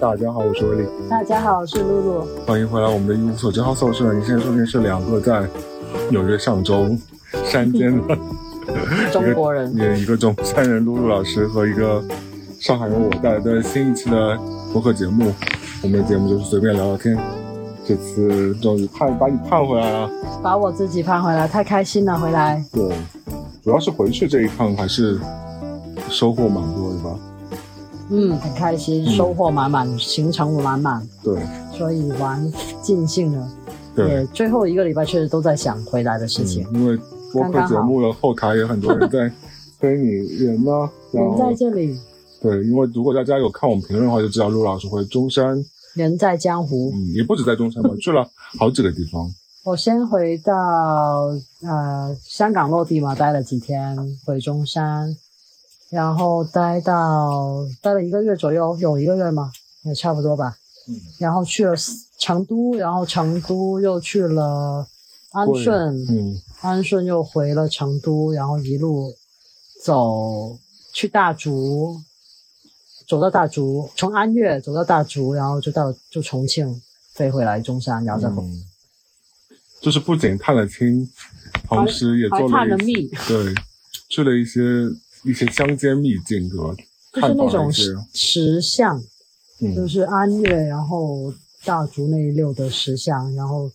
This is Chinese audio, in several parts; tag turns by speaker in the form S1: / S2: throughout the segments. S1: 大家好，我是威力。
S2: 大家好，我是露露。
S1: 欢迎回来，我们的一无所知 House 社。您现在收听是两个在纽约上周山间 的嗯
S2: 中国人
S1: 一个一个中山人露露老师和一个上海人我带来的新一期的播客节目。我们的节目就是随便聊聊天。这次终于盼把你盼回来了，
S2: 把我自己盼回来，太开心了！回来，
S1: 对，主要是回去这一趟还是收获蛮多的吧？
S2: 嗯，很开心，
S1: 嗯
S2: 收获满满，行程满满，
S1: 对，
S2: 所以玩尽兴了。
S1: 对。嗯
S2: 也最后一个礼拜确实都在想回来的事情。
S1: 嗯因为播客节目的后台也很多人 在催你人呢、然
S2: 人
S1: 后
S2: 在这里，
S1: 对，因为如果大家有看我们评论的话，就知道陆老师会中山，
S2: 人在江湖。
S1: 嗯，也不止在中山吧，去了好几个地方。嗯
S2: 我先回到呃香港落地嘛，待了几天，回中山，然后待到待了一个月左右，有一个月吗？也差不多吧。
S1: 嗯，
S2: 然后去了四成都，然后成都又去了安
S1: 贵
S2: 顺，
S1: 嗯，
S2: 安顺又回了成都，然后一路走去大竹，走到大竹，从安岳走到大竹，然后就到就重庆飞回来中山，然后再回。
S1: 嗯，就是不仅探了亲，同时也做
S2: 还探
S1: 了
S2: 了
S1: 一
S2: 秘，
S1: 对，去了一些一些乡间秘境，对吧？
S2: 就是
S1: 探访
S2: 那
S1: 了
S2: 种
S1: 一些
S2: 石，石像，就
S1: 嗯
S2: 是安岳，然后大竹那一溜的石像，然后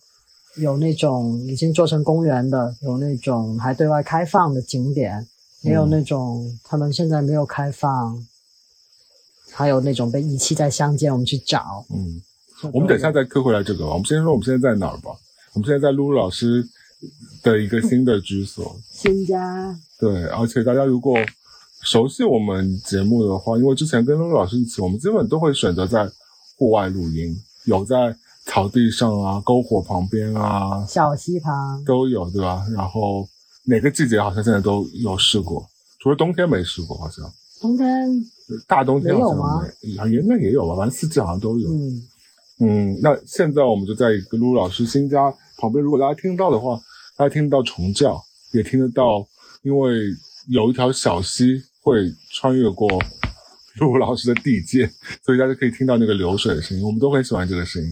S2: 有那种已经做成公园的，有那种还对外开放的景点，也有
S1: 嗯
S2: 那种他们现在没有开放，还有那种被遗弃在乡间，我们去找。
S1: 嗯，
S2: 就
S1: 我们等一
S2: 都
S1: 下
S2: 有
S1: 再 Q 回来这个吧。我们先说我们现在在哪儿吧。我们现在在陆老师的一个新的居所，
S2: 新家，
S1: 对，而且大家如果熟悉我们节目的话，因为之前跟露露老师一起，我们基本都会选择在户外录音，有在草地上啊、篝火旁边啊
S2: 小溪旁，
S1: 都有，对吧？然后哪个季节好像现在都有试过，除了冬天没试过，好像
S2: 冬天，
S1: 大冬天好
S2: 没有
S1: 像
S2: 吗
S1: 没，啊应该也有吧，反正四季好像都有。
S2: 嗯，
S1: 嗯，那现在我们就在一个露露老师新家旁边。如果大家听到的话，大家听得到虫叫，也听得到，因为有一条小溪会穿越过露露老师的地界， 所以大家可以听到那个流水的声音。我们都很喜欢这个声音。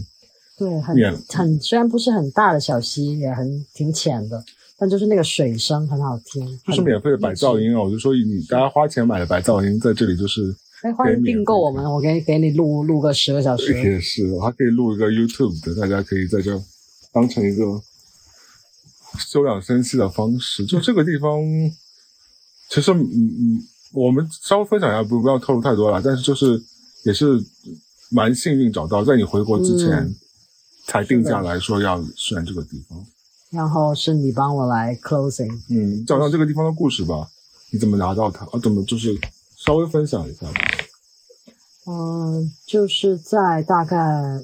S2: 对，很
S1: 也
S2: 很虽然不是很大的小溪，也很挺浅的，但就是那个水声很好听，
S1: 就是
S2: 很
S1: 免费的白噪音啊！我就说你大家花钱买的白噪音，在这里就是
S2: 哎，欢迎订购我们，我给给你录录个十个小时。
S1: 也是，我还可以录一个 YouTube 的，大家可以在这当成一个休养生息的方式。就这个地方，其实嗯嗯，我们稍微分享一下，不不要透露太多了。但是就是也是蛮幸运找到，在你回国之前、
S2: 嗯
S1: 才定下来说要选这个地方。
S2: 然后是你帮我来 closing，
S1: 嗯，讲讲这个地方的故事吧，你怎么拿到它？啊，怎么就是稍微分享一下吧。
S2: 嗯、就是在大概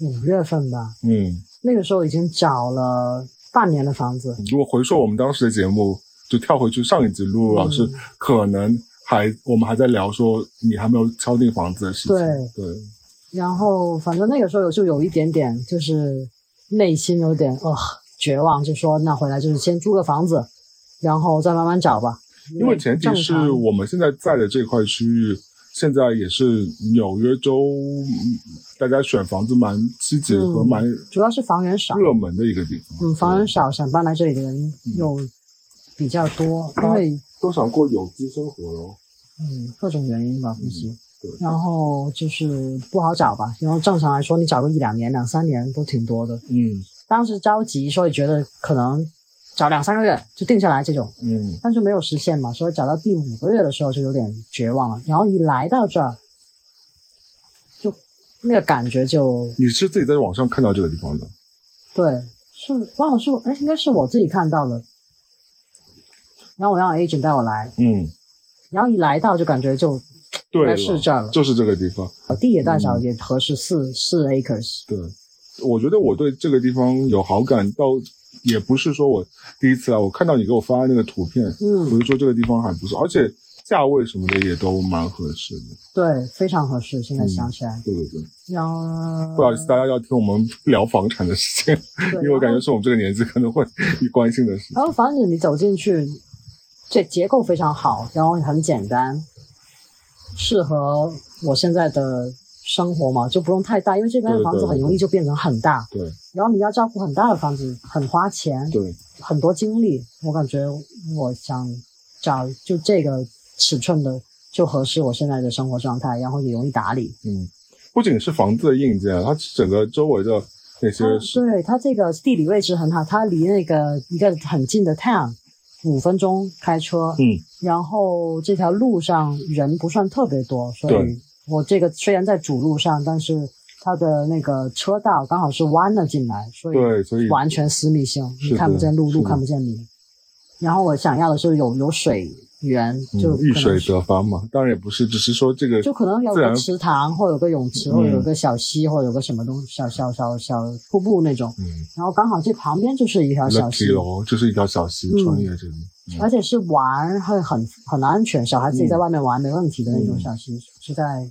S2: 五月份吧，
S1: 嗯，
S2: 那个时候已经找了半年的房子，
S1: 如果回溯我们当时的节目，就跳回去上一集，露露老师、
S2: 嗯
S1: 可能还我们还在聊说你还没有敲定房子的事情。对
S2: 然后反正那个时候有就有一点点就是内心有点呃绝望，就说那回来就是先租个房子，然后再慢慢找吧。
S1: 因为前提是
S2: 正常
S1: 我们现在在的这块区域，现在也是纽约州嗯大家选房子蛮积极和
S2: 嗯
S1: 蛮
S2: 主要是房源少，
S1: 热门的一个地方。
S2: 嗯，房源少，想搬来这里的人
S1: 嗯
S2: 又比较多，因为
S1: 都想过有机生活咯。
S2: 嗯，各种原因吧，估计。
S1: 对
S2: 然后就是不好找吧，然后正常来说，你找个一两年、两三年都挺多的。
S1: 嗯
S2: 当时着急，所以觉得可能找两三个月就定下来这种，
S1: 嗯
S2: 但是没有实现嘛，所以找到第五个月的时候就有点绝望了。然后一来到这儿，就那个感觉就
S1: 你是自己在网上看到这个地方的？
S2: 对，是忘了是我哎，应该是我自己看到的。然后我让 agent 带我来，
S1: 嗯，
S2: 然后一来到就感觉就
S1: 对了，
S2: 该是这儿了
S1: 就是这个地方。
S2: 地也大
S1: 嗯
S2: 小也合适，四四 acres。
S1: 对，我觉得我对这个地方有好感，到也不是说我第一次来，我看到你给我发的那个图片，我
S2: 嗯，
S1: 就说这个地方还不错，而且价位什么的也都蛮合适的。
S2: 对，非常合适。现在想起来，
S1: 对对对，
S2: 然后
S1: 嗯不好意思，大家要听我们聊房产的事情，
S2: 对
S1: 因为我感觉
S2: 然后
S1: 是我们这个年纪可能会关心的事情。
S2: 然后房子你走进去，这结构非常好，然后很简单，适合我现在的生活嘛，就不用太大，因为这边的房子
S1: 对对
S2: 很容易就变成很大，
S1: 对
S2: 然后你要照顾很大的房子，很花钱，
S1: 对，
S2: 很多精力。我感觉我想找就这个尺寸的，就合适我现在的生活状态，然后也容易打理。
S1: 嗯，不仅是房子的硬件，它整个周围的那些
S2: 它
S1: 是，
S2: 哦对它这个地理位置很好，它离那个一个很近的 town 五分钟开车，
S1: 嗯，
S2: 然后这条路上人不算特别多，所
S1: 对
S2: 以我这个虽然在主路上，但是它的那个车道刚好是弯了进来，所以
S1: 对，所以
S2: 完全私密性，
S1: 是
S2: 你
S1: 的
S2: 看不见路，
S1: 是的
S2: 路看不见你。然后我想要的是有有水源，
S1: 嗯，
S2: 就可
S1: 遇
S2: 能
S1: 水得发嘛。当然也不是，只是说这个
S2: 就可能有
S1: 自然
S2: 个池塘，或有个泳池，
S1: 嗯
S2: 或有个小溪，或有个什么东西，小小小小瀑布那种。
S1: 嗯
S2: 然后刚好这旁边就是一条小溪
S1: lucky，楼，就是一条小溪
S2: 嗯
S1: 穿越这里，
S2: 而且是玩会很很安全，小孩自己在
S1: 嗯
S2: 外面玩没问题的那种
S1: 嗯
S2: 小溪，实在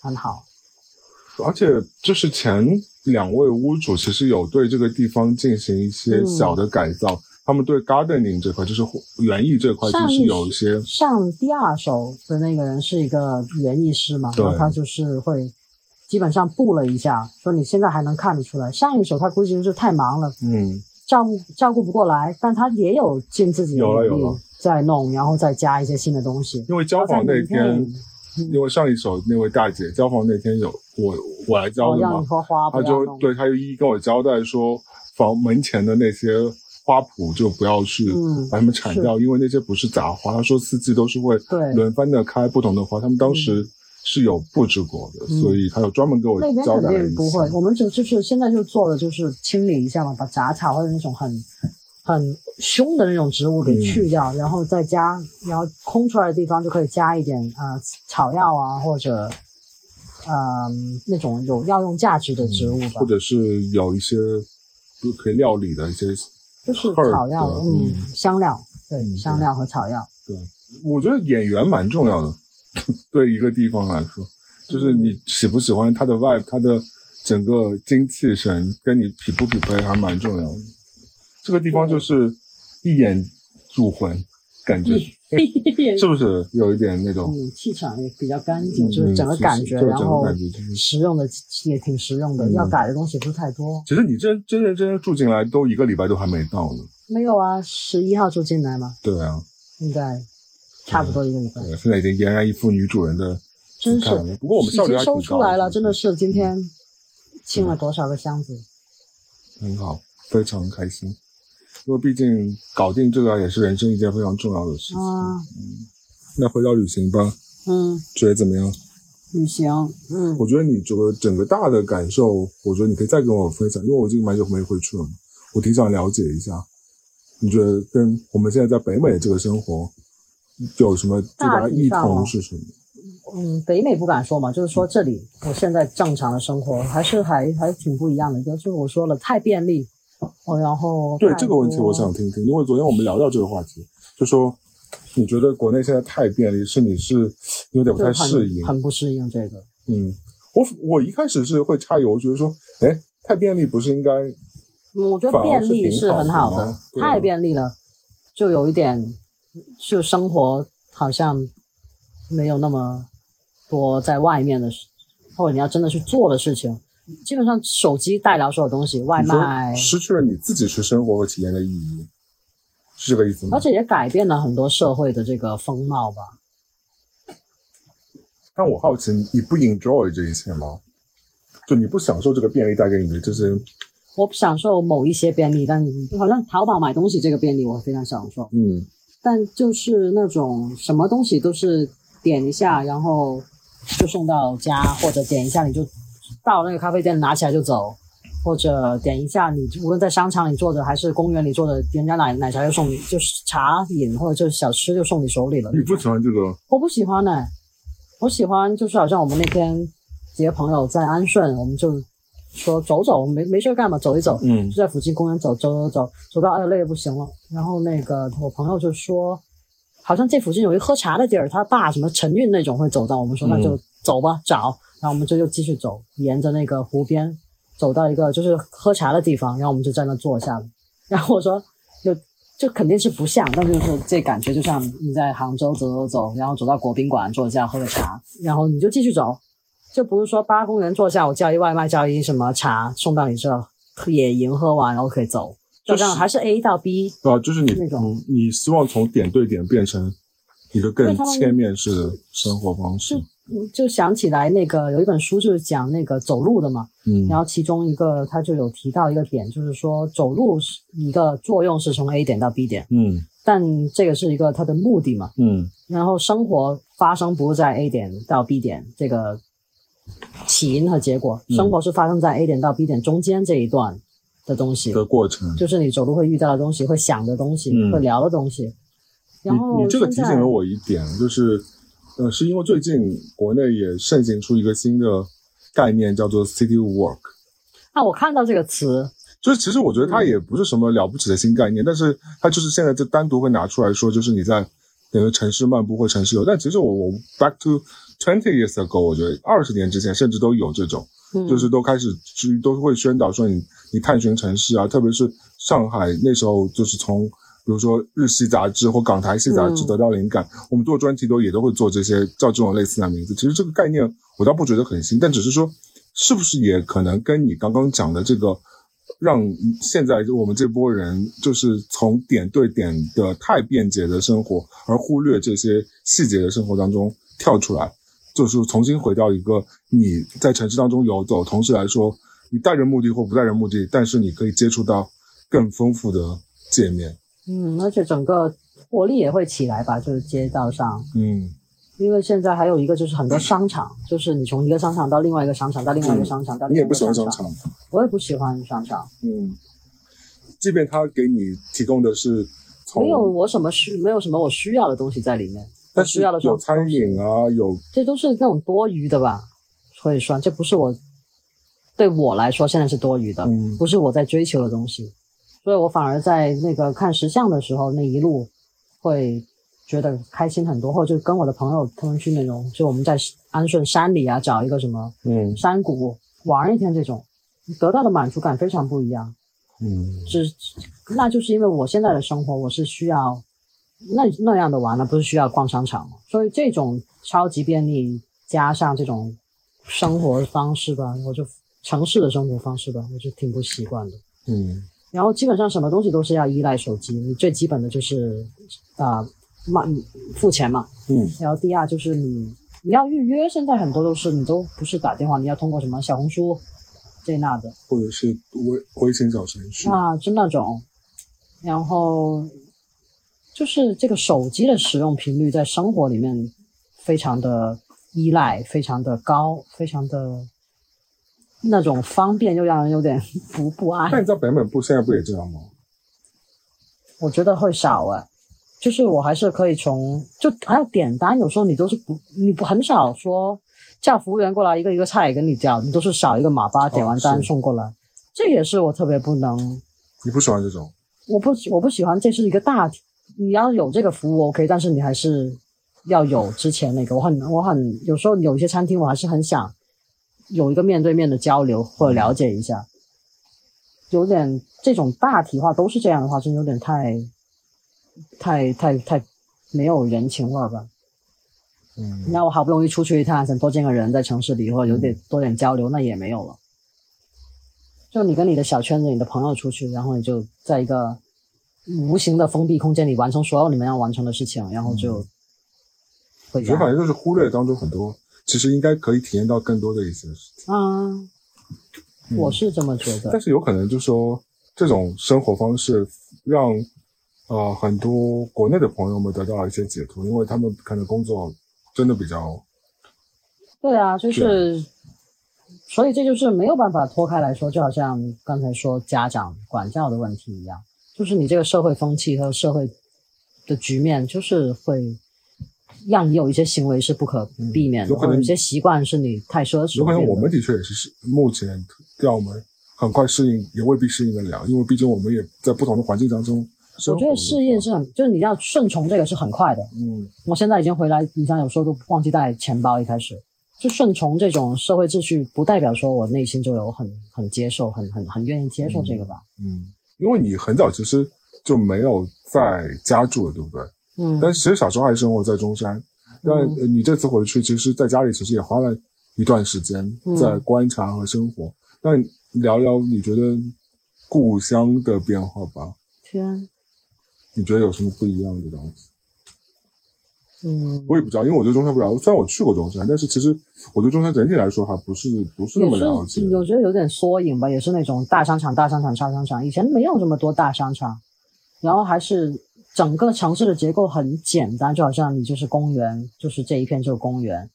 S2: 很好。
S1: 而且就是前两位屋主其实有对这个地方进行一些
S2: 嗯
S1: 小的改造，他们对 gardening 这块，就是园艺这块，就
S2: 上
S1: 是
S2: 一
S1: 有一些
S2: 上第二首的那个人是一个园艺师嘛，
S1: 对
S2: 然后他就是会基本上布了一下，说你现在还能看得出来。上一首他估计就是太忙了，
S1: 嗯
S2: 照顾照顾不过来，但他也有尽自己的
S1: 有了
S2: 努
S1: 有了
S2: 力在弄，然后再加一些新的东西。
S1: 因为交
S2: 然
S1: 房
S2: 后在
S1: 那
S2: 明
S1: 天，
S2: 嗯
S1: 因为上一首那位大姐交房那天有我我来交
S2: 我
S1: 的
S2: 让
S1: 嘛
S2: 你，说花
S1: 她
S2: 不哦要
S1: 就
S2: 弄，
S1: 对她就一一跟我交代说，房门前的那些花圃就不要去
S2: 嗯
S1: 把它们铲掉，因为那些不是杂花，她说四季都是会
S2: 对
S1: 轮番的开不同的花，他们当时是有布置过的，
S2: 嗯
S1: 所以她有专门给我
S2: 那边
S1: 交
S2: 肯
S1: 代了一
S2: 定不会，
S1: 些。
S2: 我们只就是现在就做的就是清理一下嘛，把杂草或者那种很很凶的那种植物
S1: 嗯
S2: 给去掉，然后再加，然后空出来的地方就可以加一点啊、呃草药啊，或者嗯、那种有药用价值的植物吧
S1: 或，者是有一些就可以料理的一些，
S2: 就是
S1: 或者
S2: 草药，
S1: 对
S2: 嗯，香料，
S1: 嗯
S2: 对，
S1: 对
S2: 香料和草药。
S1: 我觉得演员蛮重要的， 对一个地方来说，就是你喜不喜欢它的 vibe，它的整个精气神跟你匹不匹配还蛮重要的。这个地方就是一眼入魂，感觉是不是有一点那种？
S2: 嗯，气场也比较干净，
S1: 嗯
S2: 就是整个
S1: 嗯
S2: 感觉，
S1: 就是
S2: 然
S1: 整个
S2: 后
S1: 感觉就是
S2: 实用的也挺实用的，
S1: 嗯
S2: 要改的东西不是太多。
S1: 其实你真真真真正住进来都一个礼拜都还没到呢。
S2: 没有啊，十一号住进来嘛，
S1: 对啊，
S2: 应该差不多一个礼拜。
S1: 对现在已经俨然一副女主人的姿
S2: 真
S1: 嗯态了。
S2: 是，
S1: 不过我们效率
S2: 已
S1: 还
S2: 经
S1: 挺高
S2: 收出来了，真的
S1: 是嗯
S2: 是今天清了多少个箱子？
S1: 很好，非常开心。因为毕竟搞定这个也是人生一件非常重要的事情。
S2: 啊，
S1: 那回到旅行吧，
S2: 嗯，
S1: 觉得怎么样？
S2: 旅行，嗯，
S1: 我觉得你这个整个大的感受，我觉得你可以再跟我分享，因为我已经蛮久没回去了嘛，我挺想了解一下。你觉得跟我们现在在北美这个生活有什么最大
S2: 大体
S1: 异
S2: 上
S1: 同
S2: 哦
S1: 是什么？
S2: 嗯，北美不敢说嘛，就是说
S1: 嗯
S2: 这里我现在正常的生活还是还还挺不一样的，就是我说了太便利，哦，然后
S1: 对
S2: 太
S1: 这个问题，
S2: 多
S1: 我想听听，因为昨天我们聊到这个话题，就说你觉得国内现在太便利，是你是有点不
S2: 就
S1: 太
S2: 很
S1: 适应。
S2: 很不适应这个，
S1: 嗯，我我一开始是会揩油，觉得说，哎，太便利不是应该
S2: 嗯，我觉
S1: 反
S2: 得
S1: 而
S2: 便
S1: 是
S2: 利
S1: 挺
S2: 是
S1: 好
S2: 很
S1: 的
S2: 好
S1: 嘛
S2: 的，
S1: 对啊
S2: 太便利了，就有一点，就生活好像没有那么多在外面的事，或者你要真的去做的事情，基本上手机代聊所有东西，外
S1: 你
S2: 卖
S1: 说，失去了你自己去生活和体验的意义，是这个意思吗
S2: 而？且也改变了很多社会的这个风貌吧。
S1: 但我好奇，你不 enjoy 这一切吗？就你不享受这个便利带给你的这些，
S2: 我享受某一些便利，但好像淘宝买东西这个便利我非常享受，
S1: 嗯，
S2: 但就是那种什么东西都是点一下，然后就送到家，或者点一下你就到那个咖啡店拿起来就走，或者点一下你无论在商场里坐着还是公园里坐着，人家奶奶茶就送你，就是茶饮或者就是小吃就送你手里了。
S1: 你不喜欢这个，
S2: 我不喜欢呢、我喜欢就是好像我们那天几个朋友在安顺，我们就说走走，没没事干嘛，走一走。
S1: 嗯
S2: 就在附近公园走走走走，走到哎累得不行了。然后那个我朋友就说，好像这附近有一喝茶的地儿，他爸什么陈韵那种会走到。我们说
S1: 嗯
S2: 那就走吧，找。然后我们就又继续走，沿着那个湖边走到一个就是喝茶的地方，然后我们就在那坐下了。然后我说，就就肯定是不像，但是就是这感觉就像你在杭州走走走，然后走到国宾馆坐一下喝个茶，然后你就继续走。就不是说八公园坐下，我叫一外卖，叫一什么茶送到你这儿，野营喝完然后可以走，就这样，
S1: 就是
S2: 还是 A 到 B
S1: 对吧？就是你
S2: 那种
S1: 你希望从点对点变成一个更
S2: 对他们
S1: 切面式的生活方式
S2: 是。嗯就想起来那个有一本书就是讲那个走路的嘛，
S1: 嗯
S2: 然后其中一个他就有提到一个点，就是说走路是一个作用是从 A 点到 B 点，
S1: 嗯
S2: 但这个是一个它的目的嘛。
S1: 嗯
S2: 然后生活发生不是在 A 点到 B 点这个起因和结果，
S1: 嗯
S2: 生活是发生在 A 点到 B 点中间这一段的东西，
S1: 的过程。
S2: 就是你走路会遇到的东西，会想的东西，
S1: 嗯
S2: 会聊的东西。
S1: 你
S2: 然后
S1: 你这个提
S2: 现在
S1: 醒了我一点，就是呃，是因为最近国内也盛行出一个新的概念，叫做 City Walk。
S2: 啊，我看到这个词，
S1: 就是其实我觉得
S2: 嗯
S1: 它也不是什么了不起的新概念，但是它就是现在就单独会拿出来说，就是你在整个城市漫步或城市游。但其实我我 back to twenty years ago，我觉得二十年之前甚至都有这种，
S2: 嗯，
S1: 就是都开始去都会宣导说你你探寻城市啊，特别是上海那时候就是从。比如说日系杂志或港台系杂志
S2: 嗯
S1: 得到灵感，我们做专题都也都会做这些叫这种类似的名字。其实这个概念我倒不觉得很新，但只是说是不是也可能跟你刚刚讲的这个，让现在就我们这波人就是从点对点的太便捷的生活，而忽略这些细节的生活当中跳出来，就是重新回到一个你在城市当中游走，同时来说你带着目的或不带着目的，但是你可以接触到更丰富的界面。
S2: 嗯，而且整个活力也会起来吧，就是街道上。
S1: 嗯
S2: 因为现在还有一个就是很多商场，就是你从一个商场到另外一个商场，到另外一个商场，
S1: 嗯
S2: 到，
S1: 你
S2: 另
S1: 也
S2: 外一
S1: 不
S2: 个
S1: 喜欢商
S2: 场
S1: 场，
S2: 我也不喜欢商场，
S1: 嗯，即便他给你提供的是从
S2: 没有我什么需，没有什么我需要的东西在里面，
S1: 但
S2: 我
S1: 是
S2: 需要的
S1: 有
S2: 东西
S1: 餐饮啊，有
S2: 这都是那种多余的吧，所以算这不是我对我来说现在是多余的，
S1: 嗯
S2: 不是我在追求的东西，所以我反而在那个看石像的时候，那一路会觉得开心很多，或者就跟我的朋友他们去那种，就我们在安顺山里啊找一个什么
S1: 嗯
S2: 山谷玩一天这种，得到的满足感非常不一样。
S1: 嗯
S2: 只那就是因为我现在的生活，我是需要那那样的玩了，不是需要逛商场嘛所以这种超级便利加上这种生活方式吧，我就城市的生活方式吧，我就挺不习惯的。
S1: 嗯
S2: 然后基本上什么东西都是要依赖手机，你最基本的就是啊，买、付钱嘛，
S1: 嗯
S2: 然后第二就是你你要预约，现在很多都是你都不是打电话，你要通过什么小红书这那的
S1: 或者是微微信小程序，
S2: 啊，就那种，然后就是这个手机的使用频率在生活里面非常的依赖，非常的高，非常的那种方便又让人有点不不安。
S1: 但你在北美部现在不也这样吗？
S2: 我觉得会少哎、就是我还是可以从就还有点单，有时候你都是不你不很少说叫服务员过来一个一个菜给你叫，你都是少一个马八点完单
S1: 是
S2: 送过来，这也是我特别不能，
S1: 你不喜欢这种？
S2: 我不我不喜欢这是一个大，你要有这个服务 OK，但是你还是要有之前那个，我很我很有时候有一些餐厅我还是很想有一个面对面的交流或者了解一下，有点这种大体化都是这样的话，真有点太，太太太没有人情味儿吧。
S1: 嗯
S2: 那我好不容易出去一趟，想多见个人，在城市里或者有点多点交流，那也没有了。就你跟你的小圈子、你的朋友出去，然后你就在一个无形的封闭空间里完成所有你们要完成的事情，然后就
S1: 我
S2: 回
S1: 觉得
S2: 家。
S1: 反正就是忽略当中很多，其实应该可以体验到更多的一些事情。
S2: 啊，我是这么觉得
S1: 但。是有可能就说这种生活方式让呃很多国内的朋友们得到了一些解脱，因为他们可能工作真的比较
S2: 对啊，就是，所以这就是没有办法脱开来说，就好像刚才说家长管教的问题一样，就是你这个社会风气和社会的局面，就是会让你有一些行为是不可避免的，
S1: 有可
S2: 或
S1: 能
S2: 者有些习惯是你太奢侈。
S1: 有可能我们的确也是适目前让我们很快适应，也未必适应得了，因为毕竟我们也在不同的环境当中生
S2: 我
S1: 活
S2: 觉
S1: 着。
S2: 得适应是很，就是你要顺从这个是很快的。
S1: 嗯
S2: 我现在已经回来，你像有时候都忘记带钱包，一开始就顺从这种社会秩序，不代表说我内心就有很很接受、很很很愿意接受这个吧。
S1: 嗯，因为你很早其实就没有在家住了，对不对？
S2: 嗯，
S1: 但其实小时候还生活在中山，但
S2: 嗯
S1: 呃你这次回去，其实在家里其实也花了一段时间
S2: 嗯
S1: 在观察和生活。那你聊聊你觉得故乡的变化吧？
S2: 天，
S1: 你觉得有什么不一样的东西？
S2: 嗯，
S1: 我也不知道，因为我对中山不了解。虽然我去过中山，但是其实我对中山整体来说还不是不是那么了解。
S2: 也是我觉得有点缩影吧，也是那种大商场、大商场、大商场。以前没有这么多大商场，然后还是整个城市的结构很简单，就好像你就是公园，就是这一片就是公园，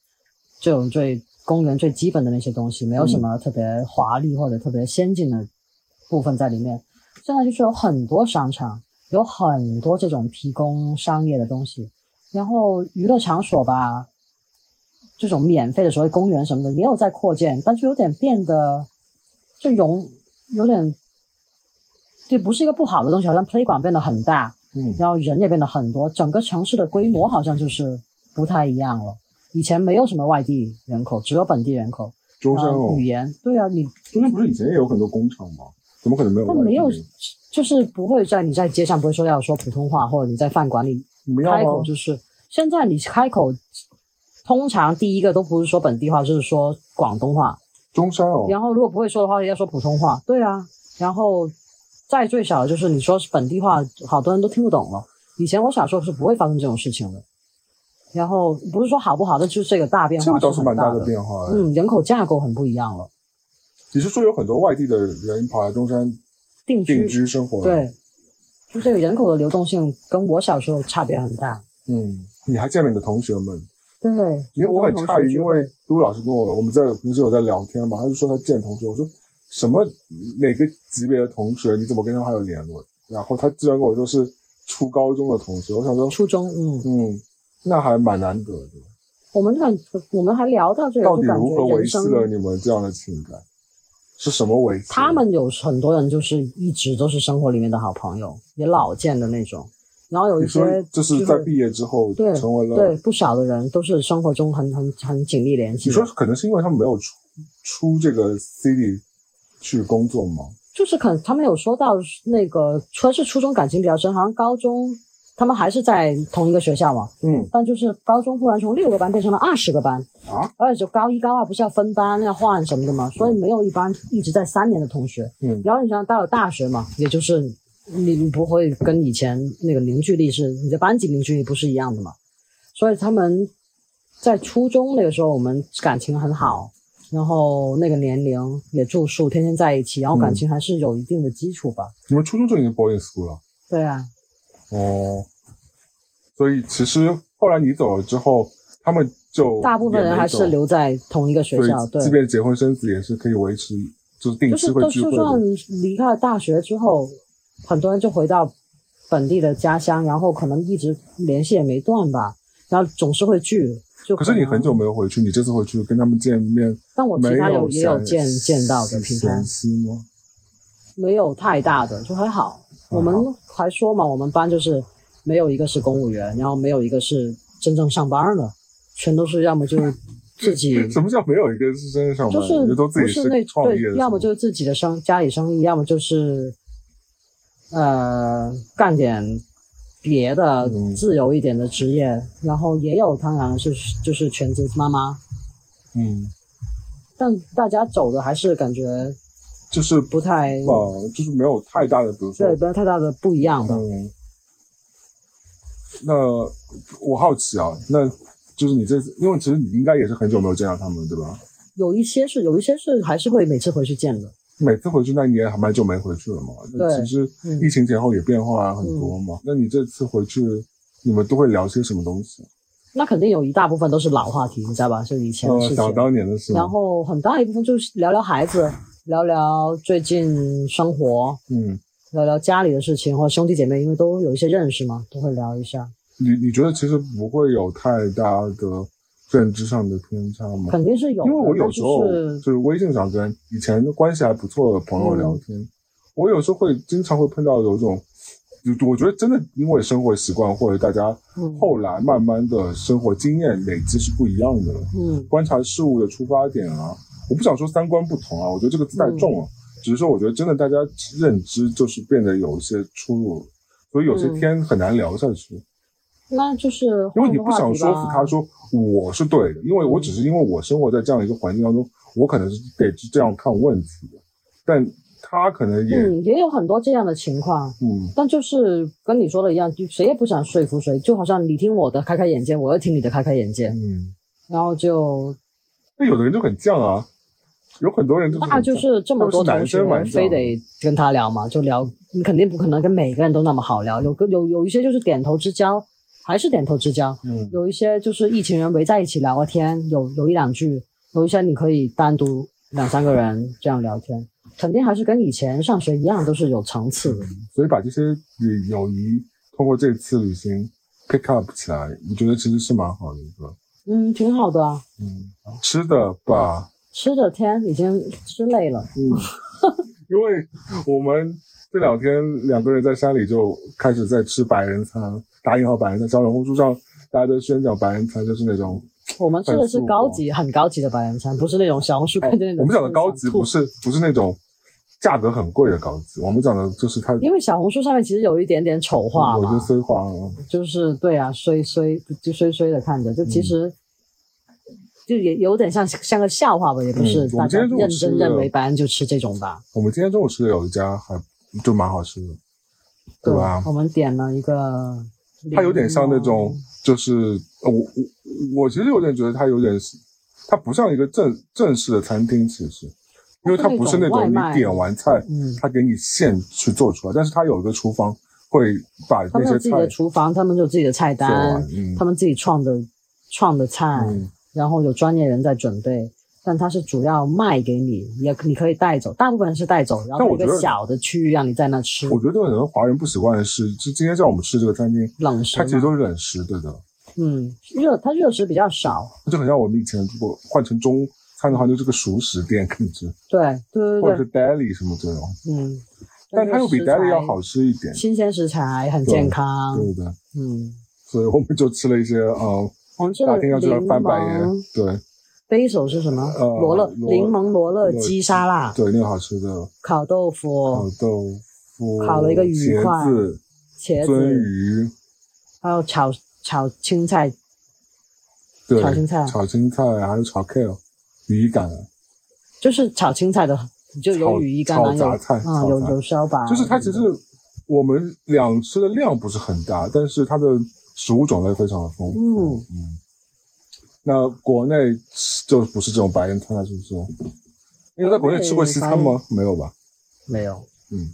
S2: 这种最公园最基本的那些东西，没有什么特别华丽或者特别先进的部分在里面。现在就是有很多商场，有很多这种提供商业的东西，然后娱乐场所吧，这种免费的所谓公园什么的也有在扩建，但是有点变得就容有点，这不是一个不好的东西，好像 playground 变得很大，
S1: 嗯
S2: 然后人也变得很多，整个城市的规模好像就是不太一样了。以前没有什么外地人口，只有本地人口，
S1: 中山
S2: 然
S1: 哦
S2: 后，语言，对啊，你
S1: 中山不是以前也有很多工厂吗？怎么可能没有
S2: 他
S1: 外地人？
S2: 没有，就是不会在你在街上不会说要说普通话，或者你在饭馆里
S1: 你们要
S2: 开口
S1: 吗？
S2: 就是现在你开口，通常第一个都不是说本地话，就是说广东话。
S1: 中山哦，
S2: 然后如果不会说的话，要说普通话。对啊，然后再最小的就是你说是本地话，好多人都听不懂了。以前我小时候是不会发生这种事情的。然后不是说好不好，但就是这个大变
S1: 这
S2: 化
S1: 个倒是
S2: 很
S1: 蛮
S2: 大
S1: 大的变化。哎
S2: 嗯，人口架构很不一样了，
S1: 你是说有很多外地的人跑来中山
S2: 定居
S1: 定居生活？，啊
S2: 对，就这个人口的流动性跟我小时候差别很大。
S1: 嗯，你还见了你的同学们？
S2: 对，
S1: 因为我很诧异，因
S2: 我
S1: 为都老师跟我我们在平时有在聊天嘛，他就说他见同学，我说什么哪个级别的同学，你怎么跟他们还有联络？然后他居然跟我说是初高中的同学，我想说，
S2: 初中，嗯，
S1: 嗯，那还蛮难得的。
S2: 我们很，我们还聊到这个，
S1: 到
S2: 就
S1: 底
S2: 感
S1: 如何
S2: 觉
S1: 维
S2: 人
S1: 系
S2: 生，
S1: 了你们这样的情感？是什么维系？
S2: 他们有很多人就是一直都是生活里面的好朋友，也老见的那种。然后有
S1: 你
S2: 一
S1: 说
S2: 些
S1: 这是在毕业之后
S2: 对
S1: 成为了
S2: 对不少的人都是生活中很很很紧密联系
S1: 你
S2: 的。
S1: 说可能是因为他们没有出出这个 city 去工作吗？
S2: 就是可能他们有说到那个，除了是初中感情比较深，好像高中他们还是在同一个学校嘛，
S1: 嗯
S2: 但就是高中忽然从六个班变成了二十个班，
S1: 啊，
S2: 而且就高一高二不是要分班要换什么的嘛，所以没有一班一直在三年的同学。
S1: 嗯
S2: 然后你想到了大学嘛，也就是你你不会跟以前那个凝聚力是你的班级凝聚力不是一样的嘛，所以他们在初中那个时候我们感情很好，然后那个年龄也住宿，天天在一起，然后感
S1: 嗯
S2: 情还是有一定的基础吧。
S1: 你们初中就已经 boarding school 了
S2: 对啊，
S1: 哦，所以其实后来你走了之后，他们就
S2: 大部分人还是
S1: 也没走
S2: 留在同一个学校，
S1: 所
S2: 对
S1: 以，即便结婚生子也是可以维持，就是定
S2: 就是
S1: 期会
S2: 都
S1: 聚
S2: 就
S1: 会
S2: 算
S1: 的。
S2: 离开了大学之后，很多人就回到本地的家乡，然后可能一直联系也没断吧，然后总是会聚。就
S1: 可是你
S2: 能
S1: 很久，没有回去，你这次回去跟他们见面，
S2: 但我其
S1: 没
S2: 他有
S1: 有
S2: 也有
S1: 嫌
S2: 见见到的，平常
S1: 嫌隙吗？
S2: 没有太大的，就还好。我们还说嘛，我们班就是没有一个是公务员，然后没有一个是真正上班的，全都是要么就 自己
S1: 什么叫没有一个是真正上班
S2: 嗯就
S1: 的？
S2: 是
S1: 这都自己
S2: 不是那
S1: 创业的，
S2: 对，要么就是自己的生家里生意，要么就是呃干点别的
S1: 嗯
S2: 自由一点的职业，然后也有当然是就是全职妈妈，
S1: 嗯，
S2: 但大家走的还是感觉
S1: 就是
S2: 不太
S1: 呃，就是没有太大的，比如说
S2: 嗯对，不要太大的不一样吧。
S1: 嗯，那我好奇啊，那就是你这次，因为其实你应该也是很久没有见到他们了，对吧？
S2: 有一些是有一些是还是会每次回去见的，
S1: 每次回去，那你也还蛮久没回去了嘛。那
S2: 对
S1: 其实
S2: 嗯
S1: 疫情前后也变化啊很多嘛。那你这次回去，你们都会聊些什么东西？
S2: 那肯定有一大部分都是老话题，你知道吧？就以前的
S1: 呃，
S2: 事情。
S1: 想当年的事吗。
S2: 然后很大一部分就是聊聊孩子，聊聊最近生活，
S1: 嗯，
S2: 聊聊家里的事情，或者兄弟姐妹，因为都有一些认识嘛，都会聊一下。
S1: 你你觉得其实不会有太大的认知上的偏差吗？
S2: 肯定是有的，
S1: 因为我有时候
S2: 但
S1: 就
S2: 就是嗯
S1: 微信上跟以前的关系还不错的朋友聊天，我有时候会经常会碰到有一种，就我觉得真的因为生活习惯或者大家
S2: 嗯
S1: 后来慢慢的生活经验累积是不一样的，
S2: 嗯
S1: 观察事物的出发点啊，我不想说三观不同啊，我觉得这个字
S2: 嗯
S1: 太重了，只是说我觉得真的大家认知就是变得有一些出入，所以有些
S2: 嗯
S1: 天很难聊下去。
S2: 那就是
S1: 因为
S2: 换
S1: 你
S2: 个
S1: 不
S2: 话
S1: 想
S2: 题
S1: 说服
S2: 吧嗯
S1: 他说我是对的，因为我只是因为我生活在这样一个环境当中，我可能是得是这样看问题的，但他可能也
S2: 嗯，也有很多这样的情况，
S1: 嗯
S2: 但就是跟你说的一样，就谁也不想说服谁，就好像你听我的开开眼界，我要听你的开开眼界，
S1: 嗯，
S2: 然后就
S1: 那有的人就很犟啊，有很多人就是
S2: 那
S1: 很
S2: 就
S1: 犟
S2: 是这么
S1: 都
S2: 多同学，
S1: 是男生玩
S2: 非
S1: 笑
S2: 得跟他聊嘛，就聊，你肯定不可能跟每个人都那么好聊，有个有有一些就是点头之交，还是点头之交，
S1: 嗯
S2: 有一些就是一群人围在一起聊个天，有有一两句，有一些你可以单独两三个人这样聊天，肯定还是跟以前上学一样，都是有层次的。
S1: 所以把这些友谊通过这次旅行 pick up 起来，你觉得其实是蛮好的一个，
S2: 嗯，挺好的啊。
S1: 嗯，吃的吧，
S2: 吃的天已经吃累了，
S1: 嗯，因为我们这两天两个人在山里就开始在吃白人餐，打引号白人餐，小红书上大家都宣讲白人餐就是那种，
S2: 我们吃的是高级、很高级的白人餐，不是那种小红书看见那
S1: 哎哦
S2: 种。
S1: 我们讲的高级不
S2: 是，
S1: 是不是那种价格很贵的高级，我们讲的就是它，
S2: 因为小红书上面其实有一点点丑化
S1: 我
S2: 嘛
S1: 就，虽话了，
S2: 就是对啊，衰衰就衰衰的看着，就其实、
S1: 嗯
S2: 就也有点像像个笑话吧，也不是
S1: 嗯我
S2: 大
S1: 们今
S2: 家
S1: 天中午
S2: 认
S1: 吃
S2: 真
S1: 的
S2: 认为白人就吃这种吧。
S1: 我们今天中午吃的有一家还就蛮好吃的，对吧？
S2: 我们点了一个，
S1: 它有点像那种，就是呃我我我其实有点觉得它有点是，它不像一个正正式的餐厅，其实，因为它不是那
S2: 它是那种外
S1: 种你
S2: 卖
S1: 点完菜，
S2: 嗯，
S1: 它给你现去做出来，但是它有一个厨房会把
S2: 他们
S1: 那些
S2: 有自己的
S1: 菜
S2: 厨房，他们有自己的菜
S1: 做
S2: 单
S1: 完，，嗯
S2: 他们自己创的创的菜，
S1: 嗯
S2: 然后有专业人在准备，但它是主要卖给你，也你可以带走，大部分是带走，然
S1: 但
S2: 后它有
S1: 我
S2: 一
S1: 觉
S2: 个
S1: 得
S2: 小的区域让你在那吃
S1: 我觉得可能华人不习惯的是，就今天叫我们吃这个餐厅，
S2: 冷食
S1: 它其实
S2: 嘛，
S1: 都是冷食对的，
S2: 嗯，热它热食比较少，
S1: 就很像我们以前如果换成中餐的话，就是个熟食店，可以吃，
S2: 对对
S1: 或
S2: 对
S1: 者
S2: 对，
S1: 是 deli 什么这种，
S2: 嗯，
S1: 但它又比
S2: 这个食
S1: deli 要
S2: 材
S1: 好，吃一点，
S2: 新鲜食材很健康，
S1: 对不对？
S2: 嗯，
S1: 所以我们就吃了一些呃，
S2: 我们吃了
S1: 大厅要
S2: 柠
S1: 吃了翻白眼
S2: 檬，
S1: 对
S2: b a s 是什么？
S1: 呃
S2: 罗勒
S1: 罗
S2: 柠檬罗勒
S1: 罗勒哦
S2: 鸡沙拉，
S1: 对，那个好吃的
S2: 烤豆腐
S1: 烤，豆腐，
S2: 哦烤了一个鱼块
S1: 茄子、
S2: 茄
S1: 鳟
S2: 子，
S1: 鱼，
S2: 还有炒炒青菜
S1: 对，
S2: 炒青菜
S1: 炒青菜还有炒 kale，鱼干，
S2: 就是炒青菜的，就有
S1: 炒
S2: 羽衣甘
S1: 炒
S2: 蓝，有
S1: 杂菜
S2: 啊，
S1: 炒
S2: 有
S1: 杂
S2: 有烧白，
S1: 就是它其实我们俩吃的量不是很大，但是它的食物种类非常的丰富。
S2: 嗯
S1: 嗯，那国内就不是这种白人餐了，是不是？你有在国内吃过西餐
S2: 哎
S1: 吗？没有吧？
S2: 没有，
S1: 嗯，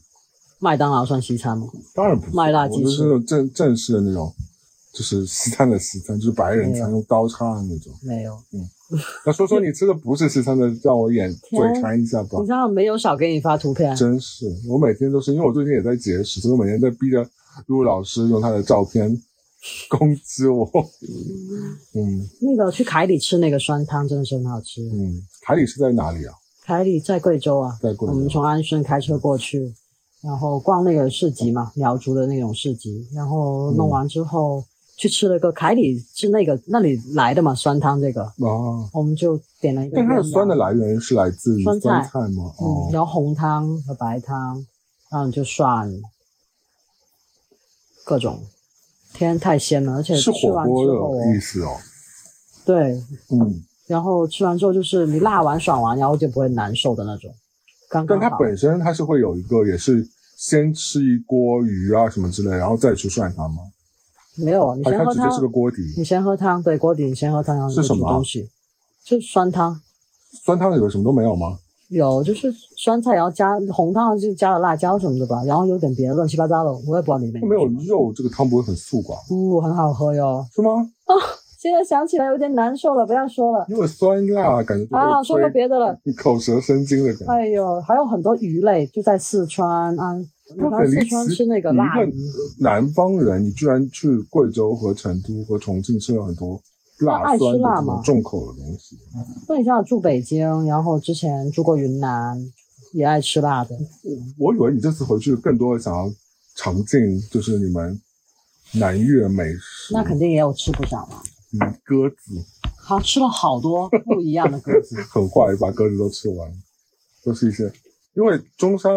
S2: 麦当劳算西餐吗？
S1: 当然不是，
S2: 麦辣鸡
S1: 我就是那种正正式的那种，就是西餐的西餐，就是白人餐
S2: 没有
S1: 用刀叉的那种。
S2: 没有，
S1: 那说说你吃的不是西餐的，让我眼嘴馋一下吧
S2: 你。知道没有少给你发图片，啊
S1: 真是，我每天都是，因为我最近也在节食，所以我每天在逼着陆老师用他的照片攻击我。嗯
S2: 那个去凯里吃那个酸汤真的是很好吃，
S1: 嗯，凯里是在哪里啊？
S2: 凯里在贵州啊，
S1: 在贵州
S2: 我们从安顺开车过去，然后逛那个市集嘛，苗族的那种市集，然后弄完之后、去吃了个凯里是那个那里来的嘛酸汤这个，
S1: 啊，
S2: 我们就点了一个
S1: 但
S2: 鸳鸯，
S1: 它的酸的来源是来自于
S2: 酸菜
S1: 酸菜吗？哦
S2: 嗯，，有红汤和白汤，然后你就涮各种，天太鲜了，而且
S1: 是
S2: 吃
S1: 火
S2: 完之
S1: 锅
S2: 后，
S1: 的意思哦。
S2: 对，
S1: 嗯，
S2: 然后吃完之后就是你辣完爽完，然后就不会难受的那种，刚
S1: 但
S2: 刚
S1: 它
S2: 好。
S1: 本身它是会有一个，也是先吃一锅鱼啊什么之类，然后再去涮它吗？
S2: 没有，你
S1: 还是
S2: 先
S1: 哦它
S2: 喝
S1: 直接是个
S2: 汤，
S1: 锅底？
S2: 你先喝汤，对，锅底你先喝汤，然后你
S1: 是什
S2: 煮
S1: 么啊
S2: 东西，就酸汤，
S1: 酸汤里面什么都没有吗？
S2: 有就是酸菜，然后加红汤，就加了辣椒什么的吧，然后有点别的乱七八糟的，我也不知道里面
S1: 没有
S2: 什么
S1: 肉，这个汤不会很素寡
S2: 不很好喝哟。
S1: 是吗？
S2: 现在想起来有点难受了，不要说了。
S1: 因为酸辣感觉就
S2: 啊，说
S1: 会
S2: 个
S1: 推
S2: 别的了。
S1: 口舌生津的感觉。
S2: 哎呦，还有很多鱼类，就在四川啊，你
S1: 那
S2: 看
S1: 很
S2: 四
S1: 离
S2: 川
S1: 奇
S2: 吃那个
S1: 你
S2: 辣鱼，
S1: 一个南方人，你居然去贵州和成都和重庆吃了很多
S2: 爱
S1: 辣
S2: 吃
S1: 酸的
S2: 辣
S1: 这
S2: 嘛
S1: 种重口的东西。
S2: 那你像住北京，然后之前住过云南，也爱吃辣的。
S1: 我以为你这次回去更多想要尝尽就是你们南粤美食，
S2: 那肯定也有吃不少嘛。
S1: 嗯，鸽子
S2: 好，吃了好多不一样的鸽子。
S1: 很坏，把鸽子都吃完，都是一些。因为中山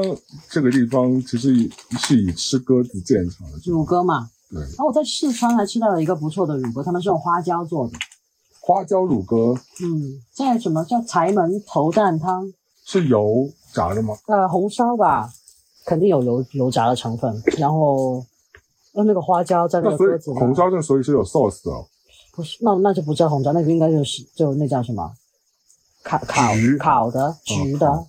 S1: 这个地方其实是以吃鸽子见长的，
S2: 嗯乳鸽嘛，
S1: 对，
S2: 然后我在四川还吃到了一个不错的乳鸽，他们是用花椒做的。
S1: 花椒乳鸽
S2: 嗯，在什么叫柴门头蛋汤？
S1: 是油炸的吗？
S2: 呃，红烧吧，肯定有油油炸的成分，然后用那个花椒在那
S1: 那
S2: 个
S1: 所
S2: 鸽
S1: 以
S2: 子里
S1: 红烧这所以是有 sauce 的哦，
S2: 不是，那那就不叫红烧，那个应该就是就那叫什么，烤烤
S1: 焗
S2: 烤
S1: 哦
S2: 的焗的
S1: 烤，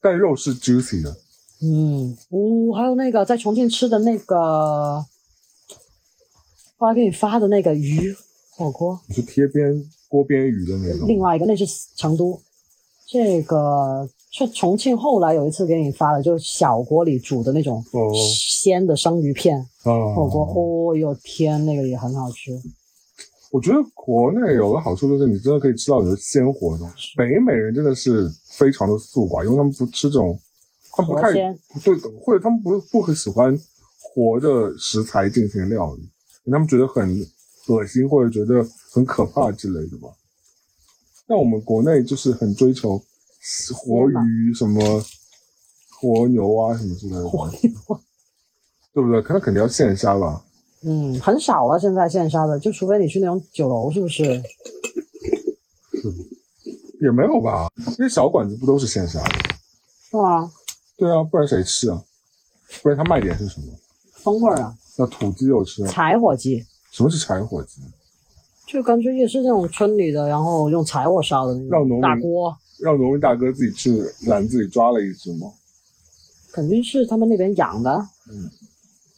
S1: 但肉是 juicy 的。
S2: 嗯，哦，还有那个在重庆吃的那个，后来给你发的那个鱼火锅，
S1: 你是贴边锅边鱼的那种，
S2: 另外一个那是成都，这个是重庆后来有一次给你发的，就是小锅里煮的那种
S1: 哦
S2: 鲜的生鱼片。
S1: 啊
S2: 火锅，哦哟天，那个也很好吃。
S1: 我觉得国内有个好处就是，你真的可以吃到很多鲜活的东西。北美人真的是非常的素寡，因为他们不吃这种，他们不太
S2: 活鲜
S1: 对，或者他们不不很喜欢活的食材进行料理，他们觉得很恶心或者觉得很可怕之类的吧。但我们国内就是很追求活
S2: 鲜嘛
S1: 鱼、什么活牛啊什么之类的，对不对？可能肯定要现杀吧。
S2: 嗯，很少了，现在现杀的，就除非你去那种酒楼，是不是？
S1: 也没有吧，那些小馆子不都是现杀的？
S2: 是吗？
S1: 对啊，不然谁吃啊？不然它卖点是什么？
S2: 风味儿啊，
S1: 那土鸡有吃啊？
S2: 柴火鸡，
S1: 什么是柴火鸡？
S2: 就感觉也是那种村里的，然后用柴火烧的那
S1: 让农民
S2: 种大锅，
S1: 让农民大哥自己去篮子里抓了一只吗？
S2: 肯定是他们那边养的。
S1: 嗯，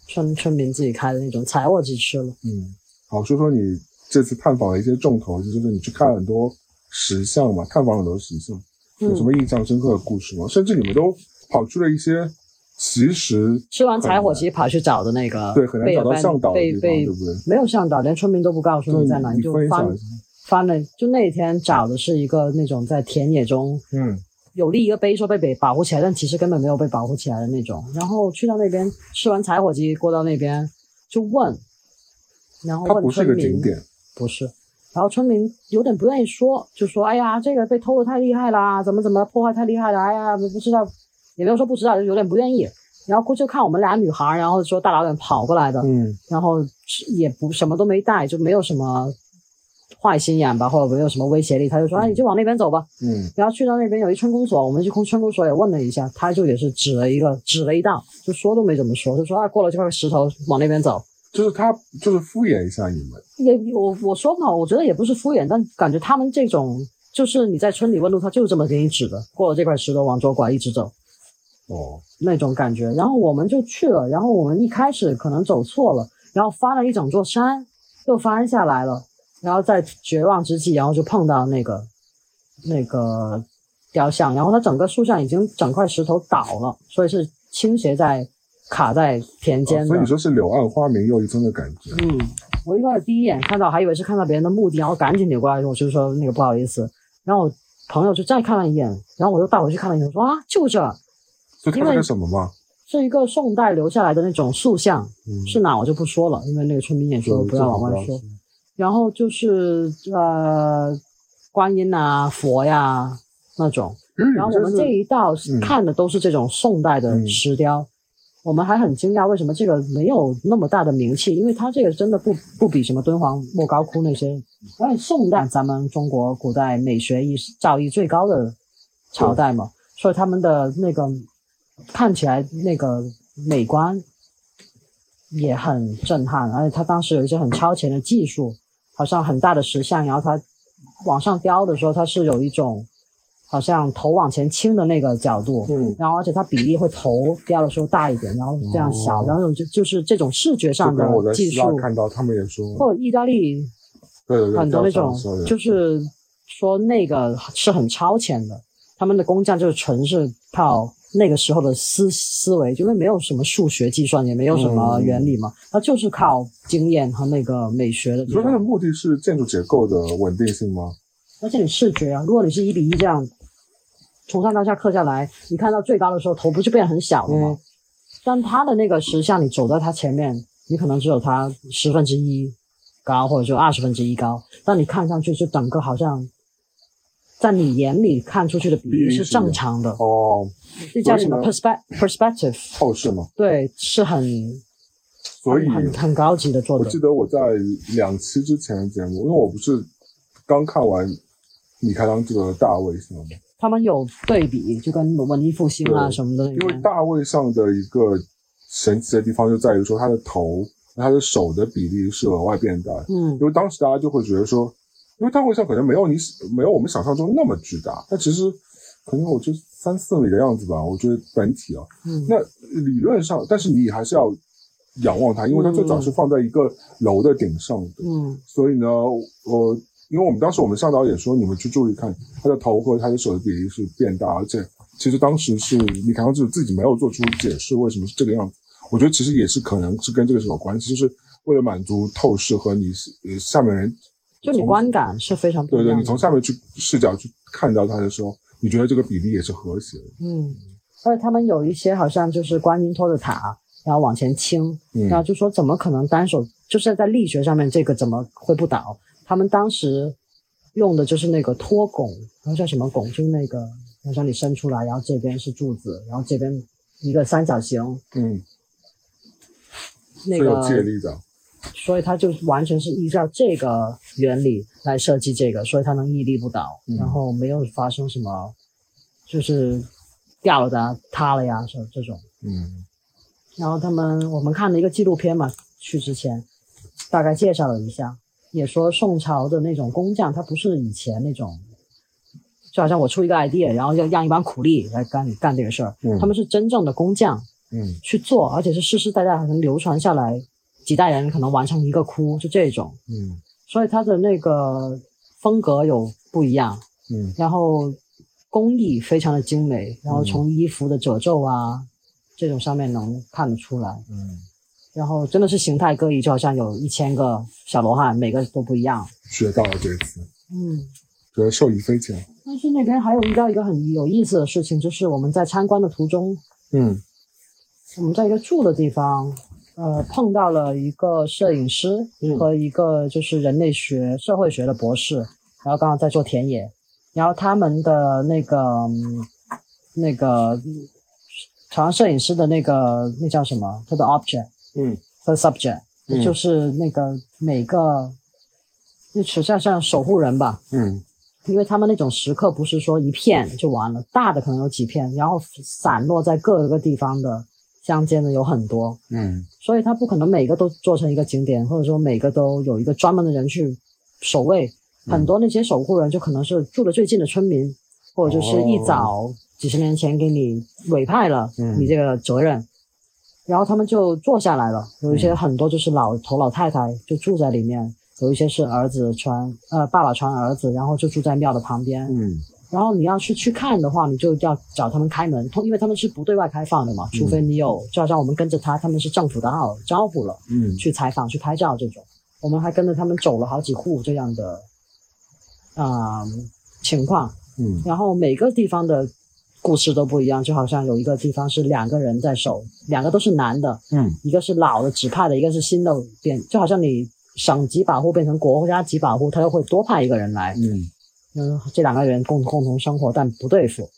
S2: 村村民自己开的那种柴火鸡吃了。
S1: 嗯，好，说说你这次探访的一些重头戏，就是你去看了很多石像嘛，探访了很多石像，有什
S2: 嗯，
S1: 么印象深刻的故事吗？甚至你们都跑去了一些其实
S2: 吃完柴火鸡跑去找的那个，
S1: 对很难
S2: 被
S1: 找到向导的
S2: 被
S1: 地方，
S2: 被
S1: 对不对？
S2: 没有向导，连村民都不告诉
S1: 对，
S2: 你在哪，
S1: 你
S2: 就
S1: 分
S2: 翻
S1: 享一下，
S2: 翻了。就那天找的是一个那种在田野中
S1: 嗯，
S2: 有立一个碑说被被保护起来，但其实根本没有被保护起来的那种。然后去到那边吃完柴火鸡，过到那边就问，然后
S1: 它
S2: 问
S1: 不是
S2: 村
S1: 一个
S2: 民，
S1: 景点，
S2: 不是。然后村民有点不愿意说，就说：“哎呀，这个被偷的太厉害啦，怎么怎么破坏太厉害了，哎呀，不知道，也没有说不知道，就有点不愿意。”然后过去看我们俩女孩，然后说大老远跑过来的，
S1: 嗯，
S2: 然后也不什么都没带，就没有什么坏心眼吧，或者没有什么威胁力，他就说：“哎，你就往那边走吧。”
S1: 嗯，
S2: 然后去到那边有一村公所，我们去空村公所也问了一下，他就也是指了一个指了一道，就说都没怎么说，就说啊过了这块石头往那边走。
S1: 就是他就是敷衍一下你们，
S2: 也我我说嘛，我觉得也不是敷衍，但感觉他们这种就是你在村里问路，他就是这么给你指的，过了这块石头往左拐一直走
S1: 哦，
S2: 那种感觉。然后我们就去了，然后我们一开始可能走错了，然后翻了一整座山，又翻下来了，然后在绝望之际，然后就碰到那个那个雕像，然后它整个树上已经整块石头倒了，所以是倾斜在卡在田间
S1: 啊
S2: 的。
S1: 所以你说是柳暗花明又一村的感觉，
S2: 嗯，我一开始第一眼看到还以为是看到别人的墓地，然后赶紧扭过来，我就说那个不好意思，然后我朋友就再看了一眼，然后我又带回去看了一眼，我说啊就这。
S1: 所以看到
S2: 因为
S1: 个什么吗？
S2: 是一个宋代留下来的那种塑像，
S1: 嗯，
S2: 是哪我就不说了，因为那个村民也说
S1: 就
S2: 不要往外说。。然后就是呃，观音啊、佛呀、那种。
S1: 因为你
S2: 然后
S1: 们
S2: 我们
S1: 真
S2: 这
S1: 是
S2: 一道
S1: 嗯
S2: 看的都是这种宋代的
S1: 嗯
S2: 石雕，我们还很惊讶为什么这个没有那么大的名气，因为它这个真的不不比什么敦煌莫高窟那些，而且宋代咱们中国古代美学艺造诣最高的朝代嘛，所以他们的那个看起来那个美观也很震撼，而且他当时有一些很超前的技术，好像很大的石像，然后它往上雕的时候，它是有一种好像头往前倾的那个角度，
S1: 嗯，
S2: 然后而且它比例会头雕的时候大一点，然后这样小，
S1: 哦
S2: 然后就就是这种视觉
S1: 就
S2: 上
S1: 跟我
S2: 的
S1: 在
S2: 技
S1: 希
S2: 术
S1: 腊，看到，他们也说，
S2: 或者意大利
S1: 对对对，
S2: 很多那种就是是说那个是很超前的，他们的工匠就是纯是靠那个时候的思思维，因为没有什么数学计算，也没有什么
S1: 嗯
S2: 原理嘛，他就是靠经验和那个美学的地
S1: 你
S2: 方。
S1: 说它的目的是建筑结构的稳定性吗？
S2: 而且你视觉啊，如果你是一比一这样从上到下刻下来，你看到最高的时候，头不就变得很小了吗？
S1: 嗯
S2: 但它的那个石像，你走在它前面，你可能只有它十分之一高，或者就二十分之一高，但你看上去就整个好像在你眼里看出去的比
S1: 比
S2: 例
S1: 例
S2: 是
S1: 是
S2: 正常的，
S1: 哦，
S2: 这叫什么
S1: 所以
S2: perspective？perspective
S1: 透视吗？
S2: 对，是很
S1: 所以
S2: 很很高级的做
S1: 我
S2: 的
S1: 记，得我在两期之前的节目，因为我不是刚看完米开朗基罗的《大卫》是吗？
S2: 他们有对比，就跟文艺复兴啊
S1: 对
S2: 什么的那
S1: 因为
S2: 种，
S1: 大卫上的一个神奇的地方就在于说，他的头、他的手的比例是额外变大的。
S2: 嗯
S1: 因为当时大家就会觉得说，因为大卫像可能没有你没有我们想象中那么巨大，但其实可能我就三四米的样子吧，我觉得本体啊。
S2: 嗯
S1: 那理论上，但是你还是要仰望它，因为它最早是放在一个楼的顶上的，
S2: 嗯
S1: 所以呢，我。因为我们当时我们向导也说，你们去注意看，他的头和他的手的比例是变大，而且其实当时是米开朗基罗自己没有做出解释为什么是这个样子。我觉得其实也是可能是跟这个是有关系，就是为了满足透视和你呃下面人
S2: 就你观感是非常不
S1: 对对，
S2: 一
S1: 你
S2: 样的
S1: 从，下面去视角去看到它的时候，你觉得这个比例也是和谐的。
S2: 嗯，而且他们有一些好像就是观音托着塔，然后往前倾，
S1: 嗯
S2: 然后就说怎么可能单手，就是在力学上面这个怎么会不倒？他们当时用的就是那个托拱，然后叫什么拱，就是那个好像你伸出来，然后这边是柱子，然后这边一个三角形，
S1: 嗯，
S2: 那
S1: 是有借
S2: 个，
S1: 力的。
S2: 所以它就完全是依照这个原理来设计这个，所以它能屹立不倒，
S1: 嗯
S2: 然后没有发生什么就是掉了的啊、塌了呀，这这种。
S1: 嗯
S2: 然后他们我们看了一个纪录片嘛，去之前大概介绍了一下，也说宋朝的那种工匠，他不是以前那种，就好像我出一个 idea，然后要让一帮苦力来干干这个事儿，
S1: 嗯
S2: 他们是真正的工匠
S1: 嗯
S2: 去做，而且是世世代代好像流传下来，几代人可能完成一个窟，就这种，
S1: 嗯
S2: 所以他的那个风格有不一样，
S1: 嗯
S2: 然后工艺非常的精美，然后从衣服的褶皱啊、这种上面能看得出来。
S1: 嗯，
S2: 然后真的是形态各异，就好像有一千个小罗汉，每个都不一样。
S1: 学到了这次，
S2: 嗯，
S1: 觉得受益匪浅。
S2: 但是那边还有遇到一个很有意思的事情，就是我们在参观的途中，
S1: 嗯
S2: 我们在一个住的地方，呃，碰到了一个摄影师
S1: 嗯
S2: 和一个就是人类学、社会学的博士，然后刚好在做田野，然后他们的那个、嗯那个，好像摄影师的那个那叫什么？他的 object。
S1: 嗯
S2: the subject，、
S1: 嗯
S2: 就是那个每个，就实际上像守护人吧，
S1: 嗯
S2: 因为他们那种石刻不是说一片就完了，大的可能有几片，然后散落在各个地方的乡间的有很多，
S1: 嗯
S2: 所以它不可能每个都做成一个景点，或者说每个都有一个专门的人去守卫。
S1: 嗯
S2: 很多那些守护人就可能是住的最近的村民，或者就是一早几十年前给你委派了
S1: 哦嗯
S2: 你这个责任，然后他们就坐下来了。有
S1: 嗯
S2: 一些很多就是老头老太太就住在里面，有一些是儿子传呃爸爸传儿子，然后就住在庙的旁边。
S1: 嗯
S2: 然后你要是去看的话，你就要找他们开门，通因为他们是不对外开放的嘛，除非你有，就好像我们跟着他，他们是政府打好招呼了，
S1: 嗯
S2: 去采访、去拍照这种，我们还跟着他们走了好几户这样的，啊、情况。
S1: 嗯
S2: 然后每个地方的故事都不一样，就好像有一个地方是两个人在守，两个都是男的，
S1: 嗯
S2: 一个是老的指派的，一个是新的变，就好像你省级保护变成国家级保护，他又会多派一个人来。
S1: 嗯
S2: 嗯，这两个人共共同生活，但不对付。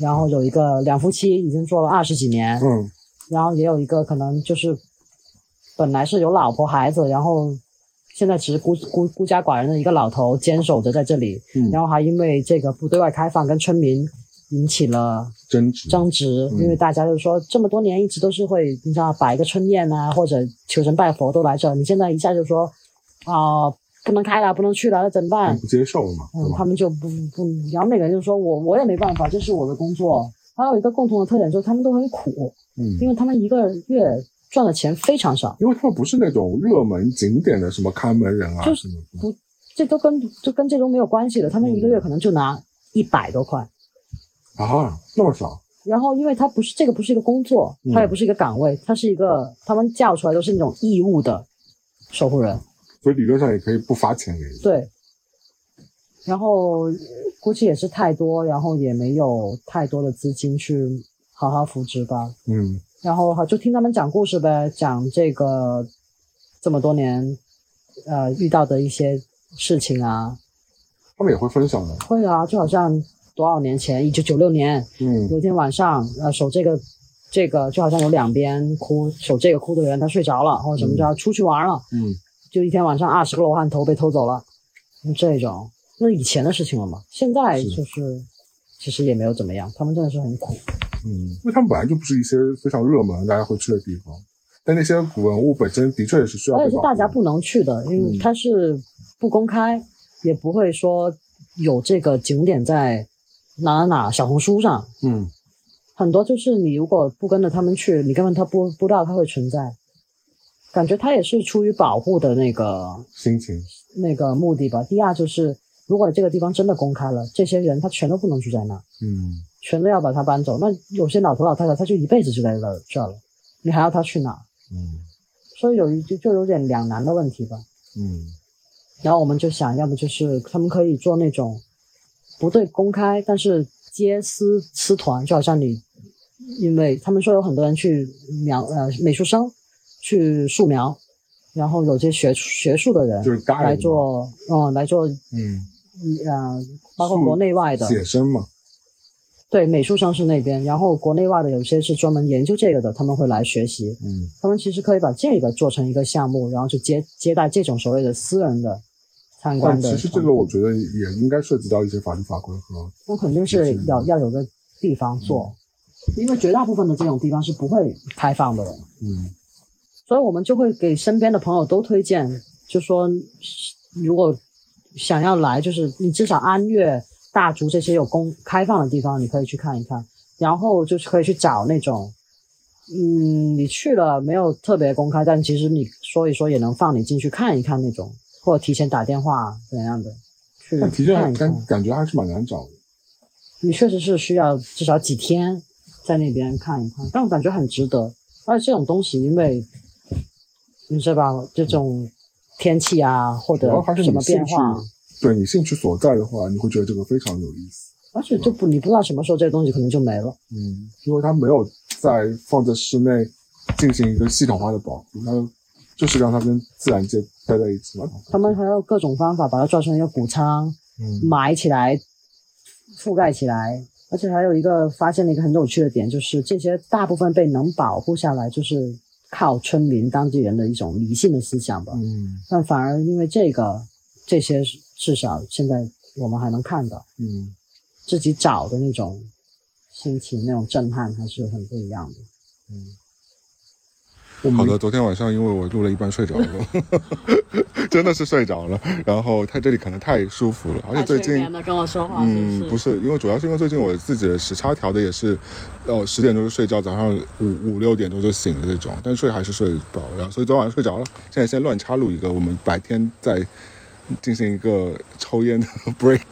S2: 然后有一个两夫妻已经做了二十几年，
S1: 嗯
S2: 然后也有一个可能就是本来是有老婆孩子，然后现在只是孤孤孤家寡人的一个老头坚守着在这里，
S1: 嗯，
S2: 然后还因为这个不对外开放跟村民引起了
S1: 争执。
S2: 争执，
S1: 嗯
S2: 因为大家就说这么多年一直都是会你知道摆个春宴啊，或者求神拜佛都来这儿，你现在一下就说啊、不能开了，不能去了，那怎么办？
S1: 不接受了嘛，
S2: 嗯
S1: 对，
S2: 他
S1: 吧？
S2: 们就不不，然后那个人就说我我也没办法，这是我的工作。还有一个共同的特点就是他们都很苦，
S1: 嗯，
S2: 因为他们一个月赚的钱非常少，
S1: 因为他们不是那种热门景点的什么看门人啊
S2: 就
S1: 什么的，
S2: 这都跟就跟这都没有关系的。他们一个月可能就拿一百多块，
S1: 啊，那么少，
S2: 然后因为他不是这个不是一个工作
S1: 嗯，
S2: 他也不是一个岗位，他是一个他们叫出来都是那种义务的守护人，
S1: 所以理论上也可以不发钱给你。
S2: 对。然后呃估计也是太多，然后也没有太多的资金去好好扶植吧，
S1: 嗯
S2: 然后哈就听他们讲故事呗，讲这个这么多年呃遇到的一些事情啊，
S1: 他们也会分享的。
S2: 会啊，就好像多少年前，一九九六年
S1: 嗯
S2: 有一天晚上，呃守这个这个就好像有两边哭守这个哭的人他睡着了或者怎么着出去玩了，
S3: 嗯，
S2: 就一天晚上二十个罗汉头被偷走了，嗯这种那以前的事情了嘛，现在
S3: 是的
S2: 就是其实也没有怎么样，他们真的是很苦，
S3: 嗯，因为他们本来就不是一些非常热门大家会去的地方，但那些古文物本身的确是需要被
S2: 而且是
S3: 保
S2: 大家
S3: 护
S2: 不能去的，因为
S3: 嗯
S2: 它是不公开，也不会说有这个景点在哪哪哪小红书上，
S3: 嗯
S2: 很多就是你如果不跟着他们去，你根本他不不知道它会存在，感觉它也是出于保护的那个
S3: 心情，
S2: 那个目的吧。第二就是，如果这个地方真的公开了，这些人他全都不能住在那，
S3: 嗯
S2: 全都要把他搬走。那有些老头老太太他就一辈子就在这儿这儿了，你还要他去哪？
S3: 嗯
S2: 所以有一就就有点两难的问题吧。
S3: 嗯
S2: 然后我们就想要不就是他们可以做那种不对公开，但是接私私团，就好像你，因为他们说有很多人去描呃美术生去素描，然后有些学学术的人
S3: 就是 guide
S2: 来做，嗯，来做
S3: 嗯，
S2: 呃，包括
S3: 素
S2: 国内外的，
S3: 写生嘛，
S2: 对美术生是那边，然后国内外的有些是专门研究这个的，他们会来学习，
S3: 嗯
S2: 他们其实可以把这个做成一个项目，然后去接接待这种所谓的私人的参观
S3: 但
S2: 的团
S3: 其
S2: 体。
S3: 实这个我觉得也应该涉及到一些法律法规和
S2: 那肯定是要要有个地方
S3: 嗯
S2: 做，因为绝大部分的这种地方是不会开放的，
S3: 嗯
S2: 所以我们就会给身边的朋友都推荐，就说如果想要来，就是你至少安岳、大竹这些有公开放的地方，你可以去看一看，然后就是可以去找那种。嗯，你去了没有特别公开，但其实你说一说也能放你进去看一看那种，或者提前打电话啊怎样的去
S3: 但的确
S2: 看一看。
S3: 感感觉还是蛮难找的。
S2: 你确实是需要至少几天在那边看一看，但我感觉很值得。而且这种东西，因为你知道吧，这种天气啊或
S3: 主
S2: 者
S3: 要还是
S2: 什
S3: 你
S2: 么变
S3: 兴趣
S2: 化，，
S3: 对你兴趣所在的话，你会觉得这个非常有意思。
S2: 而且就不你不知道什么时候这个东西可能就没了。
S3: 嗯，因为它没有在放在室内进行一个系统化的保护，它就是让它跟自然界待在一起嘛。
S2: 他们还有各种方法把它做成一个谷仓，
S3: 嗯
S2: 埋起来，覆盖起来。而且还有一个发现了一个很有趣的点，就是这些大部分被能保护下来，就是靠村民当地人的一种迷信的思想吧。
S3: 嗯
S2: 但反而因为这个，这些至少现在我们还能看到
S3: 嗯，
S2: 自己找的那种心情，那种震撼还是很不一样的。
S3: 嗯我好的，昨天晚上因为我录了一半睡着 了，真的是睡着了。然后它这里可能太舒服了，而且最近。
S2: 的跟我说话
S3: 嗯，不是，因为主要是因为最近我自己的时差调的也是，呃，十点钟就睡觉，早上五五六点钟就醒了这种，但睡还是睡不饱，然后所以昨晚上睡着了。现在先乱插入一个，我们白天在进行一个抽烟的 break。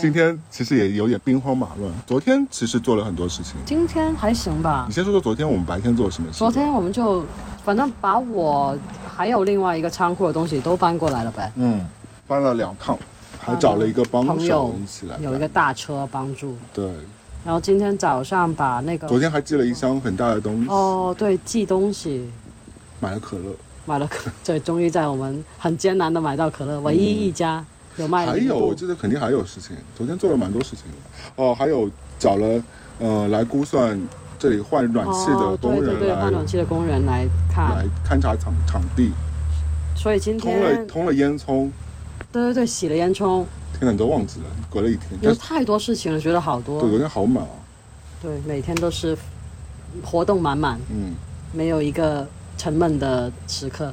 S3: 今天其实也有点兵荒马乱，昨天其实做了很多事情。
S2: 今天还行吧
S3: 你。先说说昨天我们白天做了什么事？
S2: 昨天我们就反正把我还有另外一个仓库的东西都搬过来了呗，
S3: 嗯，搬了两趟，还
S2: 搬了
S3: 找了一个帮
S2: 朋
S3: 手
S2: 友
S3: 一起来
S2: 有一
S3: 搬
S2: 个大车帮助。
S3: 对，
S2: 然后今天早上把那个
S3: 昨天还寄了一箱很大的东西，
S2: 哦对寄东西
S3: 买了可乐。
S2: 买了可， 对，终于在我们很艰难的买到可乐，唯一一家有卖。
S3: 嗯还有，我记得肯定还有事情。昨天做了蛮多事情的哦，还有找了呃来估算这里换暖气的工
S2: 哦、对
S3: 人
S2: 对对，
S3: 来、
S2: 换暖气的工人来看
S3: 来，勘察场场地，
S2: 所嗯以今
S3: 通了
S2: 天
S3: 通了烟囱。
S2: 对对对，洗了烟囱，
S3: 天哪，你都忘记了，隔了一天。但
S2: 有
S3: 是
S2: 太多事情了，觉得好多
S3: 哎对，昨天好满啊。
S2: 对，每天都是活动满满，
S3: 嗯，
S2: 没有一个沉闷的时刻。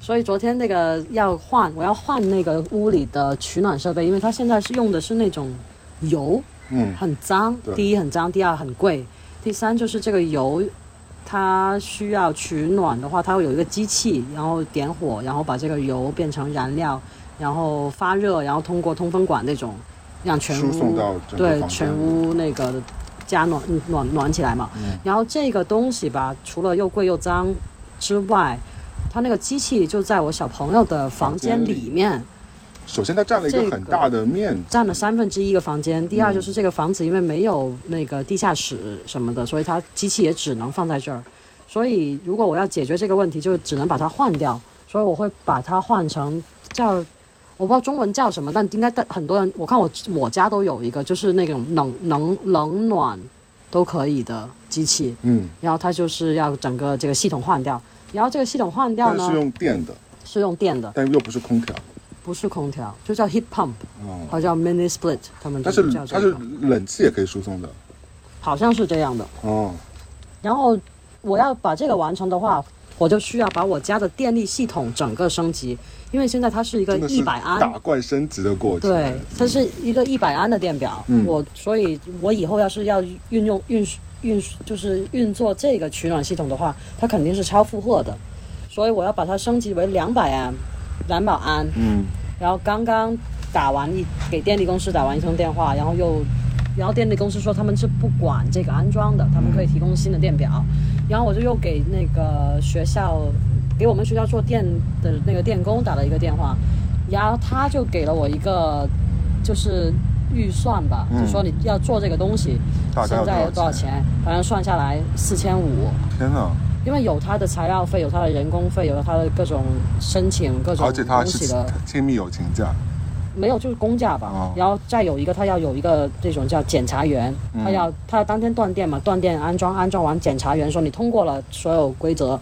S2: 所以昨天那个要换，我要换那个屋里的取暖设备，因为它现在是用的是那种油，
S3: 嗯
S2: 很脏
S3: 对。
S2: 第一很脏，第二很贵，第三就是这个油，它需要取暖的话，它会有一个机器，然后点火，然后把这个油变成燃料，然后发热，然后通过通风管那种，让全
S3: 输送
S2: 屋
S3: 到整个
S2: 对
S3: 房间
S2: 全屋那个加暖暖暖起来嘛。
S3: 嗯
S2: 然后这个东西吧，除了又贵又脏之外，它那个机器就在我小朋友的房间
S3: 房间里
S2: 里面。
S3: 首先它占了一个
S2: 这
S3: 很
S2: 个
S3: 大的面积。
S2: 占了三分之一个房间。第
S3: 嗯
S2: 二就是这个房子因为没有那个地下室什么的，所以它机器也只能放在这儿。所以如果我要解决这个问题，就只能把它换掉。所以我会把它换成叫，呃我不知道中文叫什么，但应该大很多人我看我我家都有一个，就是那种冷冷冷暖都可以的机器，
S3: 嗯，
S2: 然后它就是要整个这个系统换掉，然后这个系统换掉
S3: 但
S2: 呢
S3: 是用电的，
S2: 是用电的，
S3: 但又不是空调，
S2: 不是空调，就叫 heat pump，
S3: 哦，
S2: 好叫 mini split，他们
S3: 但是
S2: 叫
S3: 它
S2: 这
S3: 是
S2: 个，
S3: 冷气也可以输送的，
S2: 好像是这样的。
S3: 哦，
S2: 然后我要把这个完成的话，我就需要把我家的电力系统整个升级，因为现在它是一个
S3: 真的
S2: 一
S3: 是
S2: 百安
S3: 打，怪升级的过程，
S2: 对，它是一个一百安的电表。
S3: 嗯
S2: 我所以，我以后要是要运用运运就是运作这个取暖系统的话，它肯定是超负荷的，所以我要把它升级为两百安，蓝宝安。
S3: 嗯，
S2: 然后刚刚打完一给电力公司打完一通电话，然后又，然后电力公司说他们是不管这个安装的，他们可以提供新的电表。然后我就又给那个学校，给我们学校做电的那个电工打了一个电话，然后他就给了我一个就是预算吧，
S3: 嗯
S2: 就说你要做这个东西，
S3: 大概
S2: 现
S3: 要
S2: 在有多
S3: 多
S2: 少
S3: 少
S2: 钱？反正算下来四千五。
S3: 天哪，
S2: 因为有他的材料费，有他的人工费，有他的各种申请各种
S3: 而且它还
S2: 东
S3: 是
S2: 西的
S3: 亲密友情价，
S2: 没有，就是公价吧。
S3: 哦
S2: 然后再有一个，他要有一个这种叫检查员，
S3: 嗯
S2: 他要他当天断电嘛，断电安装，安装完检查员说你通过了所有规则，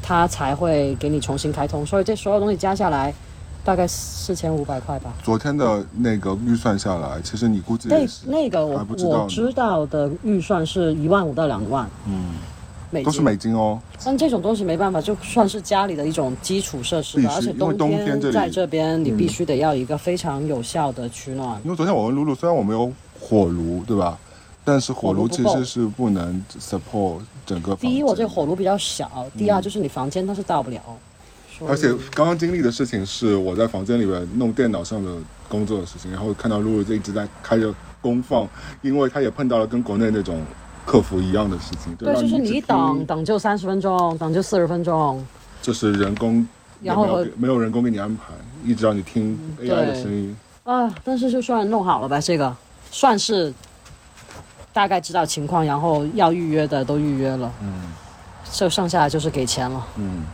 S2: 他才会给你重新开通。所以这所有东西加下来，大概四千五百块吧。
S3: 昨天的那个预算下来，其实你估计
S2: 那
S3: 也是，
S2: 那个
S3: 还
S2: 我
S3: 不知道呢
S2: 我知道的预算是一万五到两万
S3: 嗯，
S2: 美
S3: 都是
S2: 金，
S3: 美金哦，
S2: 但这种东西没办法，就算是家里的一种基础设施
S3: 必
S2: 吧，
S3: 须
S2: 而且
S3: 因为冬天这里
S2: 在这边你
S3: 嗯
S2: 必须得要一个非常有效的取暖。
S3: 因为昨天我跟露露虽然我们有火炉，对吧？但是火炉
S2: 火炉不
S3: 其
S2: 够
S3: 实是不能 support 整个房
S2: 第一，我这
S3: 间
S2: 个火炉比较小；第二，就是你房间它是到不了。所以
S3: 而且刚刚经历的事情是我在房间里面弄电脑上的工作的事情，然后看到露露就一直在开着功放，因为她也碰到了跟国内那种客服一样的事情，
S2: 对，
S3: 让
S2: 就是
S3: 一直
S2: 你
S3: 听
S2: 等，等就三十分钟，等就四十分钟，
S3: 就是人工，
S2: 然后
S3: 也
S2: 和
S3: 没有给没有人工给你安排，一直让你听 AI 的
S2: 对
S3: 声音，
S2: 啊！但是就算弄好了吧，这个算是大概知道情况，然后要预约的都预约了，
S3: 嗯
S2: 就剩下的就是给钱了。
S3: 嗯。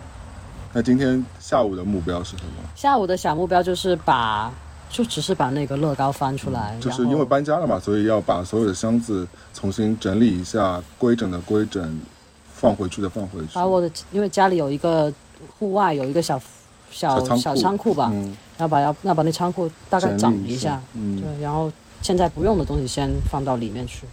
S3: 那今天下午的目标是什么？
S2: 下午的小目标就是把，就只是把那个乐高翻出来，
S3: 嗯就是
S2: 然后
S3: 因为搬家了嘛，所以要把所有的箱子重新整理一下，规整的规整，放回去的放回去。
S2: 把我的，因为家里有一个户外有一个小小
S3: 小仓库
S2: 小仓库吧，
S3: 嗯，
S2: 要把要要把那仓库大概
S3: 整
S2: 整
S3: 理
S2: 一
S3: 一
S2: 下
S3: 下，嗯
S2: 对，然后现在不用的东西先放到里面去，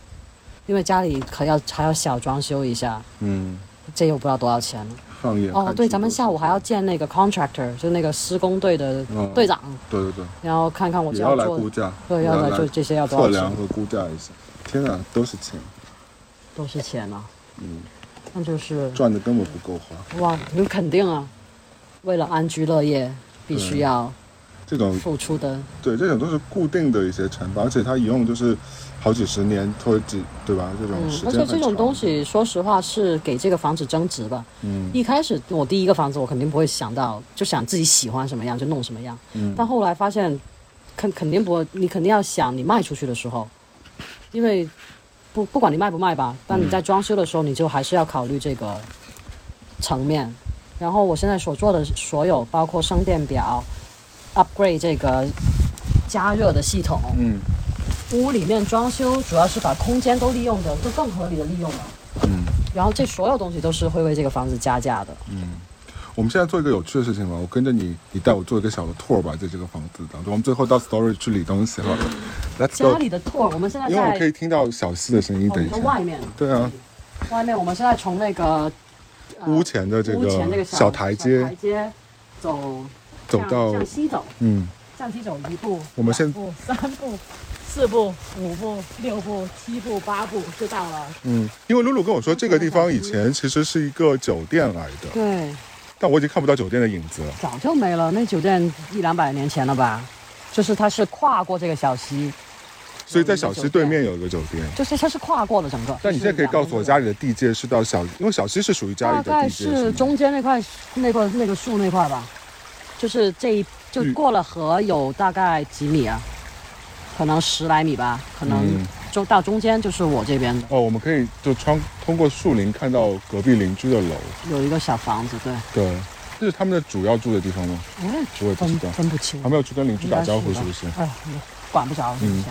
S2: 因为家里可要还要小装修一下，
S3: 嗯，
S2: 这又不知道多少钱了。
S3: 放眼
S2: 哦，
S3: 看
S2: 对，
S3: 去
S2: 咱们
S3: 都是
S2: 下午还要见那个 contractor，就那个施工队的
S3: 嗯
S2: 队长，
S3: 对对对，
S2: 然后看看我
S3: 也
S2: 这
S3: 要
S2: 要
S3: 来
S2: 做
S3: 估价，
S2: 对
S3: 也
S2: 要来
S3: 来
S2: 做这些要多少
S3: 测量
S2: 钱
S3: 和估价一下。天哪，都是钱，
S2: 都是钱啊，嗯，那就是
S3: 赚的根本不够花。
S2: 哇，你肯定啊，为了安居乐业，必须要
S3: 这种
S2: 付出的，
S3: 对这种都是固定的一些成本，而且它一用就是好几十年或者几对吧？这种
S2: 嗯
S3: 时，
S2: 而
S3: 间
S2: 且
S3: 很
S2: 这种
S3: 长
S2: 东，西，说实话是给这个房子增值吧，
S3: 嗯
S2: 一开始我第一个房子，我肯定不会想到，就想自己喜欢什么样就弄什么样。
S3: 嗯
S2: 但后来发现，肯肯定不会，你肯定要想你卖出去的时候，因为不不管你卖不卖吧，但
S3: 嗯
S2: 你在装修的时候，你就还是要考虑这个层面。然后我现在所做的所有，包括升电表、upgrade 这个加热的系统，
S3: 嗯
S2: 屋里面装修主要是把空间都利用的，就更合理的利用了。
S3: 嗯
S2: 然后这所有东西都是会为这个房子加价的。
S3: 嗯。我们现在做一个有趣的事情吧，我跟着你，你带我做一个小的 tour 吧，在这个房子当中，我们最后到 storage 去理东西好了。Let's
S2: 家
S3: go，
S2: 里的 tour，我们现在
S3: 因为我可
S2: 在
S3: 以听到小溪的声音，
S2: 哦，
S3: 等
S2: 你
S3: 一
S2: 说
S3: 下。
S2: 外面，
S3: 对啊，
S2: 外面我们现在从那个
S3: 屋前的这
S2: 呃屋前这个
S3: 个
S2: 小
S3: 台
S2: 台
S3: 阶
S2: 阶走
S3: 走
S2: 向
S3: 到
S2: 向西走，
S3: 嗯。
S2: 向西走一步，
S3: 我们现
S2: 两步、三步、四步、五步、六步、七步、八步就到了。
S3: 嗯，因为露露跟我说，这个地方以前其实是一个酒店来的，
S2: 对，
S3: 但我已经看不到酒店的影子了。
S2: 早就没了，那酒店一两百年前了吧？就是它是跨过这个小溪，
S3: 所以
S2: 嗯
S3: 在小溪对面有一个酒店。
S2: 就是它是跨过了整个。
S3: 但你现在可以告诉我，家里的地界是到小，因为小溪是属于家
S2: 大
S3: 里的
S2: 概
S3: 地界，
S2: 是
S3: 吗
S2: 中间那块那块那个树那块吧，就是这一就
S3: 嗯
S2: 过了河有大概几米啊，可能十来米吧，可能
S3: 嗯
S2: 就到中间就是我这边的
S3: 哦，我们可以就穿通过树林看到隔壁邻居的楼，
S2: 有一个小房子，对，
S3: 对，这是他们的主要住的地方吗？
S2: 我也
S3: 我也不知
S2: 分
S3: 道嗯
S2: 分不清
S3: 还，没有去跟邻居打招呼，
S2: 嗯应该
S3: 是
S2: 吧
S3: 不是？
S2: 哎，管不着以前，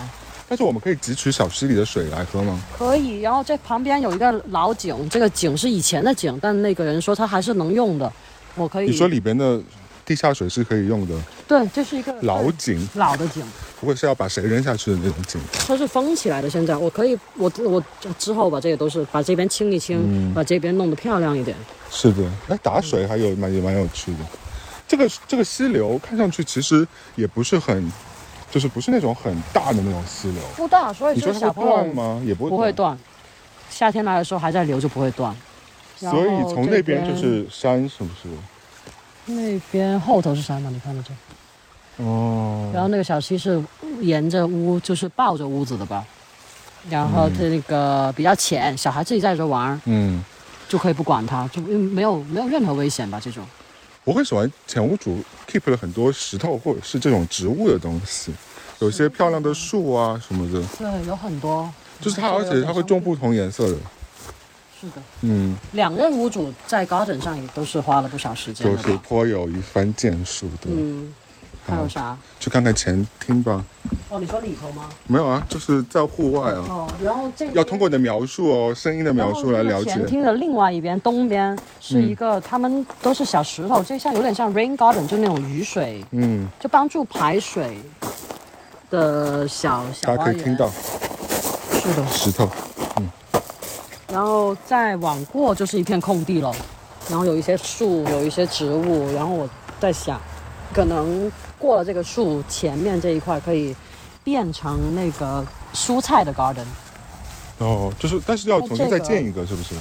S3: 但是我们可以汲取小溪里的水来喝吗？
S2: 可以。然后这旁边有一个老井，这个井是以前的井，但那个人说他还是能用的。我可以。
S3: 你说里边的地下水是可以用的，
S2: 对，这是一个
S3: 老井，
S2: 老的井，
S3: 不会是要把谁扔下去的那种井。
S2: 它是封起来的。现在我可以，我我之后把这个都是把这边清一清，
S3: 嗯
S2: 把这边弄得漂亮一点。
S3: 是的，哎，
S2: 嗯
S3: 打水还有蛮也蛮有趣的。这个这个溪流看上去其实也不是很，就是不是那种很大的那种溪流。
S2: 不大，所以
S3: 你
S2: 就
S3: 说
S2: 是
S3: 它
S2: 小
S3: 会
S2: 朋友
S3: 断吗？也不会
S2: 不
S3: 不
S2: 会。断，夏天来的时候还在流就不会断。然后
S3: 所以从那边
S2: 这
S3: 就是山，是不是？
S2: 那边后头是山嘛，你看得见。
S3: 哦，
S2: 然后那个小溪是沿着屋，就是抱着屋子的吧。然后它那个比较浅，小孩自己在这玩儿
S3: 嗯，
S2: 就可以不管它，就没有没有任何危险吧？这种
S3: 我很喜欢前屋主 keep 了很多石头或者是这种植物的东西，有些漂亮的树啊什么的，
S2: 对，有很多。
S3: 就是它，而且它会种不同颜色的。
S2: 是的，
S3: 嗯，
S2: 两任屋主在高枕上也都是花了不少时间
S3: 就
S2: 的
S3: 是
S2: 吧。
S3: 颇有一番建树的。
S2: 嗯，还有啥？
S3: 去看看前厅吧。
S2: 哦，你说里头吗？
S3: 没有啊，就是在户外啊。
S2: 哦，然后这
S3: 要通过你的描述哦，声音的描述来了解
S2: 哦
S3: 嗯
S2: 前。厅的另外一边，东边是一个，他们都是小石头，这像有点像 rain garden，就那种雨水，
S3: 嗯，
S2: 就帮助排水的小小
S3: 大家可
S2: 花
S3: 以
S2: 园。
S3: 听到
S2: 是的。
S3: 石头。
S2: 哦然后再往过就是一片空地了，然后有一些树，有一些植物。然后我在想，可能过了这个树前面这一块可以变成那个蔬菜的 garden。
S3: 哦，就是，但是要重新再建一个，是不
S2: 哦
S3: 是？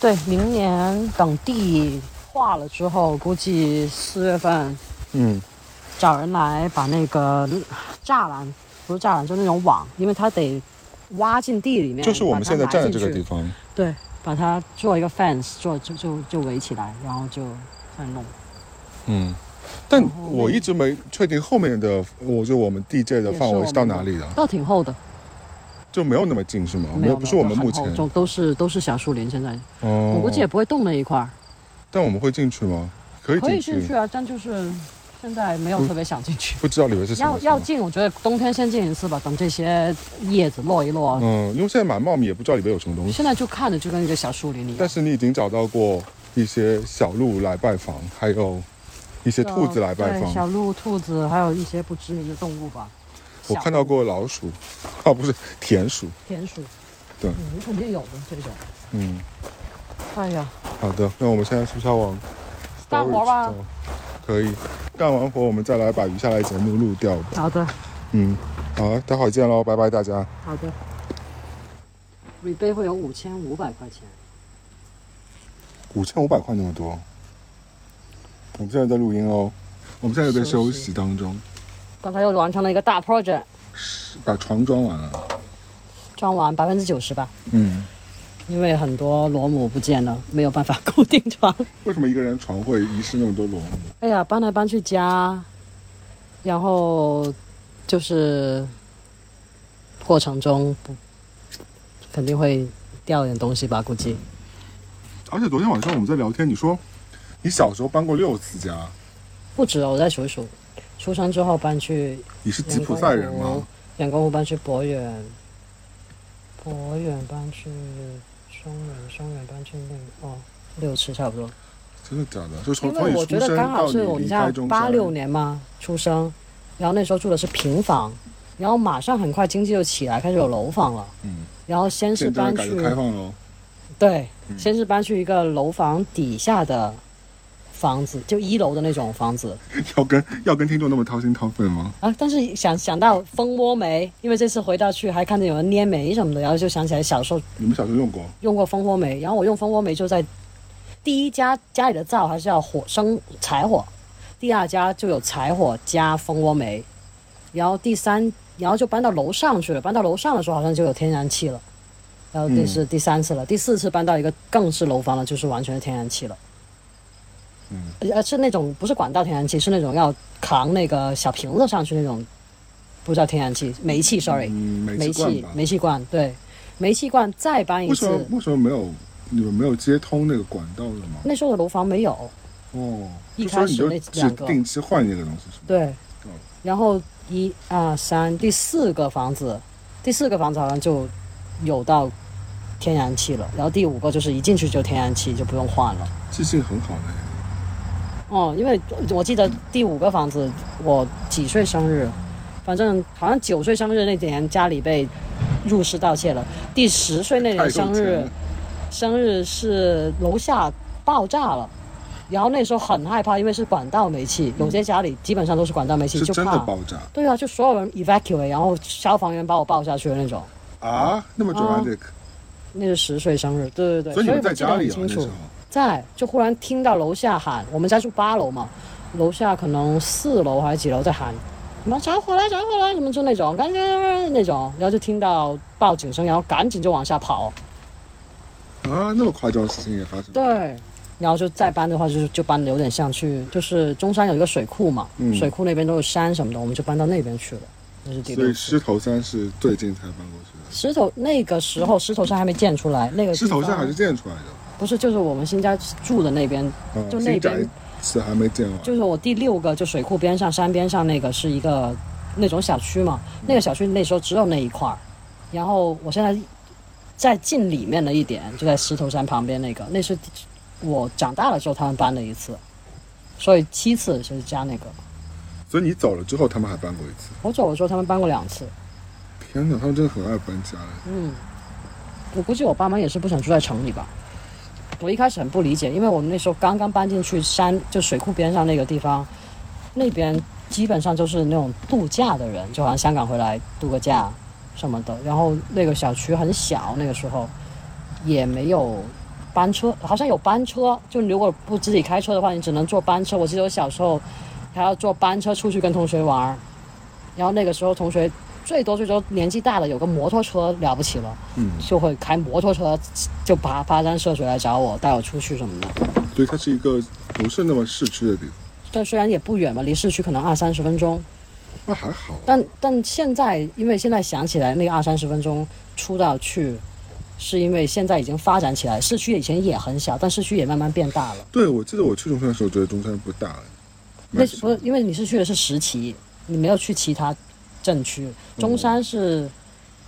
S2: 对，明年等地化了之后，估计四月份
S3: 嗯，
S2: 找人来把那个栅栏，不是栅栏，就那种网，因为它得挖进地里面，
S3: 就是我们现在站的
S2: 的
S3: 这个地，方。
S2: 对，把它做一个 fence，做就就就围起来，然后就再弄。
S3: 嗯，但我一直没确定后面的，我就我们地界的范围是到哪里的，
S2: 倒挺厚的，
S3: 就没有哦那么近是吗？
S2: 没有，
S3: 不是我们
S2: 没
S3: 目
S2: 有很厚
S3: 前。
S2: 就都是都是小树林。现在、
S3: 哦，
S2: 我估计也不会动那一块儿，
S3: 但我们会进去吗？可以
S2: 可以
S3: 进
S2: 进去
S3: 去。嗯
S2: 啊，但就是现在没有特别想进去。
S3: 不知道里面是 什
S2: 要
S3: 么。
S2: 要
S3: 是吗
S2: 进，我觉得冬天先进一次吧，等这些叶子落一落。
S3: 嗯，因为现在蛮茂密，也不知道里面有什么东西。
S2: 现在就看着就跟一个小树林里一样
S3: 但，是你已经找到过一些小鹿来拜访，还有一些兔子来拜
S2: 对小
S3: 访。
S2: 鹿、兔子，还有一些不知名的动物吧。
S3: 我
S2: 小
S3: 看到过老鼠， 啊，不是田鼠。
S2: 田鼠，
S3: 对
S2: 嗯，肯定有的这种。
S3: 嗯，
S2: 哎呀，
S3: 好的，那我们现在是不是要往
S2: 干活
S3: storage
S2: 吧
S3: 走？可以，干完活我们再来把余下来节目录掉吧。
S2: 好的，
S3: 嗯，好，待会儿见喽，拜拜大家。
S2: 好的。rebate 会有五千五百块钱，
S3: 五千五百块那么多，我们现在在录音哦，我们现在在休
S2: 休
S3: 息
S2: 息
S3: 当中，
S2: 刚才又完成了一个大 project，
S3: 把床装完了。
S2: 装完百分之九十吧，
S3: 嗯，
S2: 因为很多螺母不见了，没有办法固定床。
S3: 为什么一个人床会遗失那么多螺母？
S2: 哎呀，搬来搬去家，然后就是过程中不肯定会掉点东西吧，估计。
S3: 而且昨天晚上我们在聊天，你说你小时候搬过六次家，
S2: 不止哦，我再数一数，出生之后搬去
S3: 你是吉
S2: 阳
S3: 普
S2: 光
S3: 赛人
S2: 湖
S3: 吗？，
S2: 阳光湖搬去博远，博远搬去松原，松原搬去那哦六次差不多。
S3: 真的假的？就从
S2: 因
S3: 从
S2: 为
S3: 你
S2: 我
S3: 出
S2: 觉得
S3: 生
S2: 刚好
S3: 到
S2: 是我
S3: 你
S2: 们
S3: 离
S2: 家
S3: 开中
S2: 八
S3: 山，
S2: 六年嘛出生，然后那时候住的是平房，然后马上很快经济就起来，开始有楼房了。
S3: 嗯，
S2: 然后先是
S3: 现在
S2: 搬
S3: 改
S2: 去
S3: 革开放嗯喽。
S2: 对，先是搬去一个楼房底下的房子，就一楼的那种房子
S3: 要跟要跟听众那么掏心掏肺吗？
S2: 啊。但是想想到蜂窝煤，因为这次回到去还看见有人捏煤什么的，然后就想起来小时候
S3: 你们小时候用过？
S2: 用过蜂窝煤，然后我用蜂窝煤就在第一家家里的灶还是要火生柴火，第二家就有柴火加蜂窝煤，然后第三，然后就搬到楼上去了，搬到楼上的时候好像就有天然气了，然后这
S3: 嗯
S2: 是嗯第三次了，第四次搬到一个更是楼房了，就是完全是天然气了。
S3: 嗯
S2: 而，呃，是那种不是管道天然气，是那种要扛那个小瓶子上去那种，不叫天然气，煤气，sorry，、
S3: 嗯，煤
S2: 煤
S3: 气罐
S2: 气
S3: 吧。
S2: 煤气罐，对，煤气罐再搬一
S3: 为什么
S2: 次，
S3: 为什么没有你们没有接通那个管道的吗？
S2: 那时候的楼房没有，
S3: 哦，
S2: 一
S3: 就所
S2: 开
S3: 以
S2: 始
S3: 你
S2: 那
S3: 就只
S2: 两个
S3: 定期换那个东西是吗？
S2: 对
S3: 嗯，
S2: 呃然后一二三，第四个房子，第四个房子好像就有到天然气了，然后第五个就是一进去就天然气，就不用换了。
S3: 记性很好的。
S2: 哦，因为我记得第五个房子，我几岁生日，反正好像九岁生日那年家里被入室盗窃了。第十岁那年生
S3: 太有钱
S2: 日
S3: 了，
S2: 生日是楼下爆炸了。然后那时候很害怕，因为是管道煤气，有些家里基本上都是管道煤气，
S3: 是
S2: 就
S3: 真的
S2: 怕。
S3: 爆炸
S2: 对啊，就所有人 evacuate，然后消防员把我抱下去的那种。
S3: 啊？那么 dramatic，、
S2: 那是十岁生日，对哦对对，
S3: 所以你
S2: 我
S3: 们在
S2: 记得
S3: 家里
S2: 很清
S3: 啊？那时
S2: 楚
S3: 候。
S2: 在，就忽然听到楼下喊，我们家住八楼嘛，楼下可能四楼还是几楼在喊，什么着火了，着火了，什么就那种，赶紧那种，然后就听到报警声，然后赶紧就往下跑，
S3: 啊，那么夸张的事情也发生了。
S2: 对，然后就再搬的话，就是就搬的有点像去，就是中山有一个水库嘛，
S3: 嗯
S2: 水库那边都有山什么的，我们就搬到那边去了，那是第
S3: 所
S2: 六
S3: 以。狮头山是最近才搬过去的。
S2: 石头那个时候，石头山还没建出来，那个地
S3: 狮头山
S2: 方
S3: 还是建出来的，
S2: 不是就是我们新家住的那边
S3: 啊，
S2: 就那
S3: 新宅
S2: 边
S3: 是还没建完。
S2: 就是我第六个，就水库边上、山边上那个是一个那种小区嘛，那个小区那时候只有那一块儿，然后我现在在进里面的一点，就在石头山旁边那个，那是我长大了之后他们搬了一次，所以七次就是加那个。
S3: 所以你走了之后，他们还搬过一次。
S2: 我走的时候他们搬过两次，
S3: 天哪，他们真的很爱搬家哎。
S2: 嗯，我估计我爸妈也是不想住在城里吧。我一开始很不理解，因为我们那时候刚刚搬进去山，就水库边上那个地方，那边基本上就是那种度假的人，就好像香港回来度个假什么的。然后那个小区很小，那个时候也没有班车，好像有班车，就你如果不自己开车的话，你只能坐班车。我记得我小时候还要坐班车出去跟同学玩儿，然后那个时候同学最多最多年纪大的有个摩托车了不起了，
S3: 嗯，
S2: 就会开摩托车就爬跋山涉水来找我，带我出去什么的。
S3: 所以它是一个不是那么市区的地方，
S2: 但虽然也不远嘛，离市区可能二三十分钟，
S3: 那还好啊。
S2: 但但现在因为现在想起来那个二三十分钟出道去，是因为现在已经发展起来，市区以前也很小，但市区也慢慢变大了。
S3: 对，我记得我去中山的时候，觉得中山不大哎。
S2: 那
S3: 蛮
S2: 是不是因为你是去的是石岐，你没有去其他镇区。中山是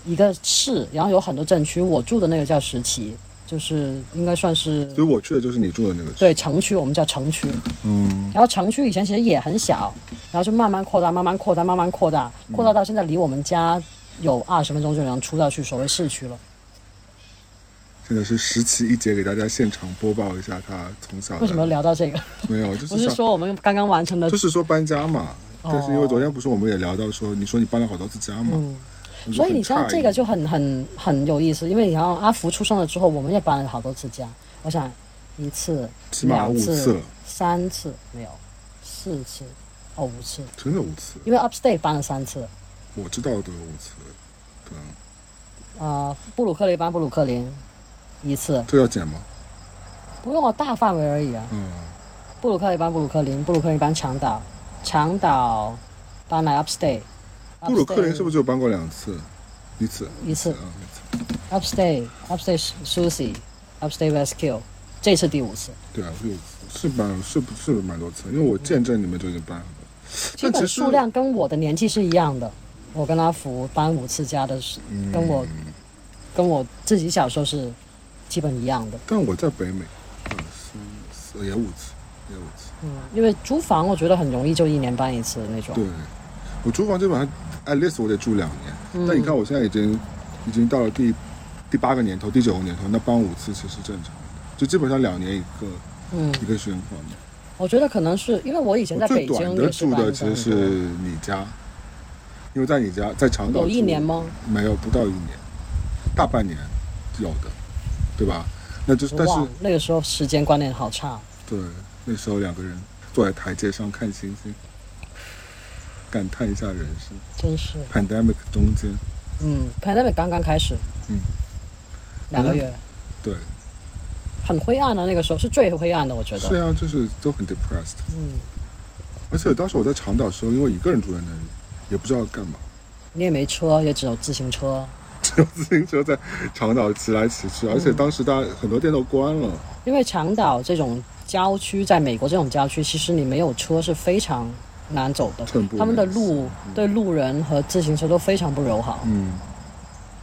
S2: 一个市，然后有很多镇区。我住的那个叫石岐，就是应该算是
S3: 所以我去的就是你住的那个区。
S2: 对城区，我们叫城区。
S3: 嗯，
S2: 然后城区以前其实也很小，然后就慢慢扩大，慢慢扩大，慢慢扩大，
S3: 嗯
S2: 扩大到现在离我们家有二十分钟就能出到去所谓市区了。
S3: 真的是十期一节给大家现场播报一下他从小的
S2: 为什么聊到这个？
S3: 没有，就是
S2: 不是
S3: 想
S2: 说我们刚刚完成的
S3: 就是说搬家嘛。
S2: 哦
S3: 但是因为昨天不是我们也聊到说，你说你搬了好多次家嘛，我就
S2: 嗯所以
S3: 很
S2: 你像
S3: 诧异
S2: 这个就很很很有意思，因为你像阿福出生了之后，我们也搬了好多次家。我想一次、
S3: 起码
S2: 两
S3: 五次了，
S2: 三次没有，四次哦五次，
S3: 真的五次，
S2: 因为 Upstate 搬了三次，
S3: 我知道都有五次，对啊，
S2: 呃，布鲁克林搬布鲁克林一次，
S3: 这要剪吗？
S2: 不用啊，大范围而已啊。
S3: 嗯，
S2: 布鲁克林搬布鲁克林，布鲁克林搬长岛，长岛搬来 Upstate，啊
S3: 布鲁克林是不
S2: 是
S3: 是就搬过两次？一次，
S2: 一次
S3: 啊，一次，
S2: Upstate Upstate Susie Upstate Rescue，这次第五次。
S3: 对啊，六次是蛮是不是蛮多次，因为我见证你们就已经搬了。
S2: 基本数量跟我的年纪是一样的。我跟阿福搬五次家的是，
S3: 嗯
S2: 跟我、跟我自己小时候是基本一样的。
S3: 但我在北美，二三四也五次，也五次。
S2: 嗯，因为租房我觉得很容易，就一年搬一次那种。
S3: 对，我厨房基本上 at least 哎我得住两年，
S2: 嗯
S3: 但你看我现在已经已经到了第第八个年头，第九个年头，那搬五次其实正常的，就基本上两年一个、
S2: 嗯，
S3: 一个循环嘛。
S2: 我觉得可能是因为我以前在
S3: 我最
S2: 北京
S3: 短
S2: 也
S3: 的
S2: 是
S3: 住
S2: 搬
S3: 的
S2: 了
S3: 其实
S2: 很多
S3: 是你家，因为在你家在长岛
S2: 有一
S3: 住
S2: 年吗？
S3: 没有，不到一年，大半年有的，对吧？那就是
S2: 我
S3: 但是
S2: 忘了那个时候时间观念好差。
S3: 对，那时候两个人坐在台阶上看星星，感叹一下人生。
S2: 真是，
S3: pandemic 中间，
S2: 嗯，pandemic 刚刚开始，
S3: 嗯，
S2: 两个月，
S3: 对，
S2: 很灰暗啊的那个时候是最灰暗的，我觉
S3: 是
S2: 得，
S3: 啊，就是都很 depressed。
S2: 嗯，
S3: 而且当时我在长岛的时候，因为一个人住在那里，也不知道干嘛，
S2: 你也没车，也只有自行车，
S3: 只有自行车在长岛骑来骑
S2: 嗯
S3: 去。而且当时大家很多店都关了，
S2: 因为长岛这种郊区，在美国这种郊区，其实你没有车是非常难走的
S3: 寸步，
S2: 他们的
S3: 难行
S2: 路对路人和自行车都非常不友好。
S3: 嗯，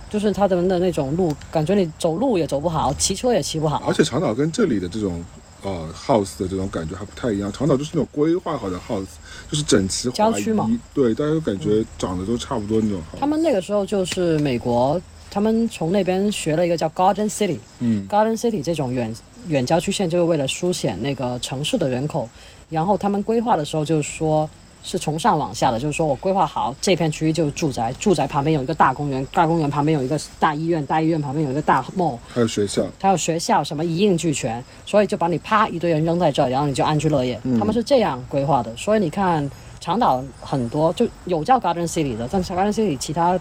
S2: 就是它的那那种路，感觉你走路也走不好，骑车也骑不好。
S3: 而且长岛跟这里的这种呃 house 的这种感觉还不太一样，长岛就是那种规划好的 house，就是整齐
S2: 郊
S3: 划
S2: 区嘛嗯
S3: 一，对，大家都感觉长得都差不多那种 house。
S2: 他们那个时候就是美国，他们从那边学了一个叫 Garden City，
S3: 嗯
S2: Garden City 这种远远郊区县，就是为了疏显那个城市的人口。然后他们规划的时候就是说，是从上往下的，就是说我规划好这片区域就是住宅，住宅旁边有一个大公园，大公园旁边有一个大医院，大医院旁边有一个大 mall，
S3: 还有学校，
S2: 它有学校，什么一应俱全，所以就把你啪一堆人扔在这儿，然后你就安居乐业。
S3: 嗯
S2: 他们是这样规划的，所以你看长岛很多就有叫 Garden City 的，但是 Garden City 其他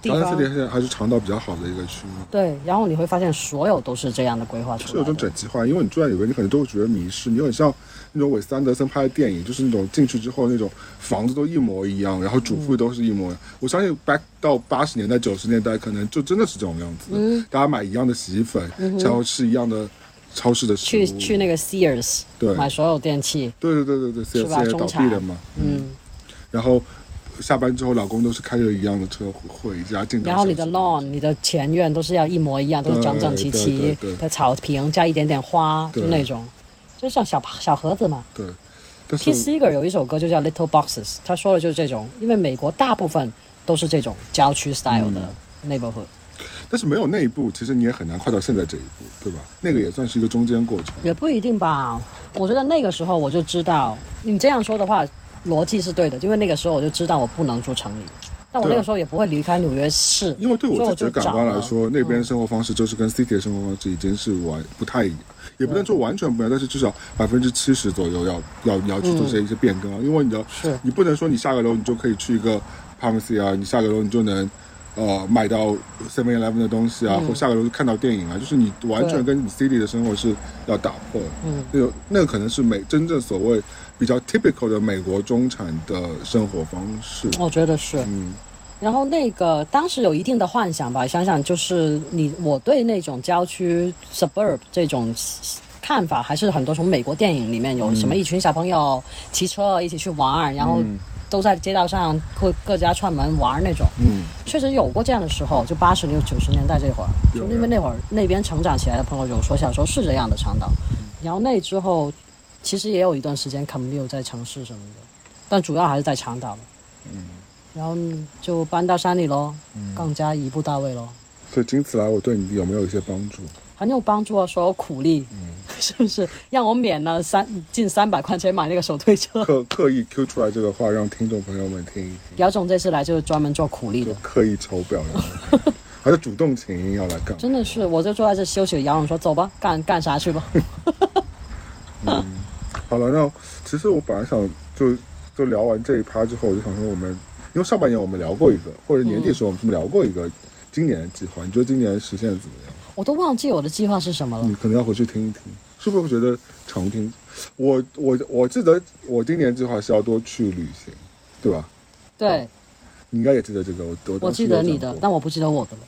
S2: 地
S3: 长岛这里
S2: 方
S3: 还是还是长岛比较好的一个区域。
S2: 对，然后你会发现所有都是这样的规划出
S3: 是
S2: 来
S3: 有
S2: 的
S3: 种。整齐化，因为你住在里边，你可能都会觉得迷失。你很像那种韦斯安德森拍的电影，就是那种进去之后那种房子都一模一样，然后主妇都是一模一样。我相信 back 到八十年代、九十年代，可能就真的是这种样子的。大家买一样的洗衣粉，然后吃一样的超市的食物。
S2: 嗯去去那个 Sears
S3: 对
S2: 买所有电器，
S3: 对对对对对，现
S2: 是吧
S3: 在倒
S2: 中
S3: 闭
S2: 产
S3: 了嘛。
S2: 嗯，
S3: 然后下班之后，老公都是开着一样的车回家，进到
S2: 然后你
S3: 小
S2: 的
S3: 区
S2: lawn、你的前院都是要一模一样，都是整整齐
S3: 对对
S2: 齐
S3: 对对
S2: 的草坪加一点点花，
S3: 对
S2: 就那种，就像小小盒子嘛。
S3: 对，但
S2: T.
S3: 是
S2: Seeger 有一首歌就叫《Little Boxes》，他说的就是这种，因为美国大部分都是这种郊区 style 的
S3: 嗯
S2: neighborhood。
S3: 但是没有那一步，其实你也很难跨到现在这一步，对吧？那个也算是一个中间过程。
S2: 也不一定吧。我觉得那个时候我就知道，你这样说的话，逻辑是对的，因为那个时候我就知道我不能住城里，但我
S3: 对啊
S2: 那个时候也不会离开纽约市，
S3: 因为对
S2: 所以
S3: 我
S2: 我
S3: 自
S2: 就
S3: 己的感
S2: 找
S3: 官来
S2: 了
S3: 说，那边生活方式就是跟 city 的生活方式已经是完不太一样，也不能说完全不一样，但是至少百分之七十左右要要你要去做这一些变更啊，因为你要
S2: 是
S3: 你不能说你下个楼你就可以去一个 pharmacy 啊，你下个楼你就能。呃，买到 Seven Eleven 的东西啊，或下个楼就看到电影啊，就是你完
S2: 对
S3: 全跟你 city 的生活是要打破的。嗯，那个那个可能是美真正所谓比较 typical 的美国中产的生活方式。
S2: 我觉得是。
S3: 嗯，
S2: 然后那个当时有一定的幻想吧，想想就是你我对那种郊区 suburb 这种看法，还是很多从美国电影里面有什么一群小朋友骑车一起去玩儿，然后都在街道上各各家串门玩儿那种。
S3: 嗯，
S2: 确实有过这样的时候，就八十六九十年代这会儿，
S3: 有
S2: 就
S3: 有
S2: 因为那会儿那边成长起来的朋友有说小时候是这样的长岛，然后那之后其实也有一段时间 commute 在城市什么的，但主要还是在长岛。然后就搬到山里喽，
S3: 嗯
S2: 更加一步到位喽，
S3: 所以仅此来，我对你有没有一些帮助？
S2: 很有帮助啊！所有苦力，
S3: 嗯
S2: 是不是让我免了三近三百块钱买那个手推 车？
S3: 刻刻意 Q 出来这个话，让听众朋友们听一听，
S2: 姚总这次来就是专门做苦力
S3: 就
S2: 的，
S3: 刻意丑表扬，还是主动请缨要来干？
S2: 真的是，我就坐在这休息。姚总说：“走吧，干干啥 去吧。
S3: 好了，那其实我本来想就就聊完这一趴之后，我就想说我们，因为上半年我们聊过一个，或者年底的时候我们聊过一个今年的计划，你觉得今年实现得怎么样？”
S2: 我都忘记我的计划是什么了。
S3: 你可能要回去听一听，是不是会觉得常听？我我我记得我今年计划是要多去旅行，对吧？
S2: 对，
S3: 你应该也记得这个，我我
S2: 我
S3: 当时
S2: 记得
S3: 有讲
S2: 你的
S3: 过，
S2: 但我不记得我的了。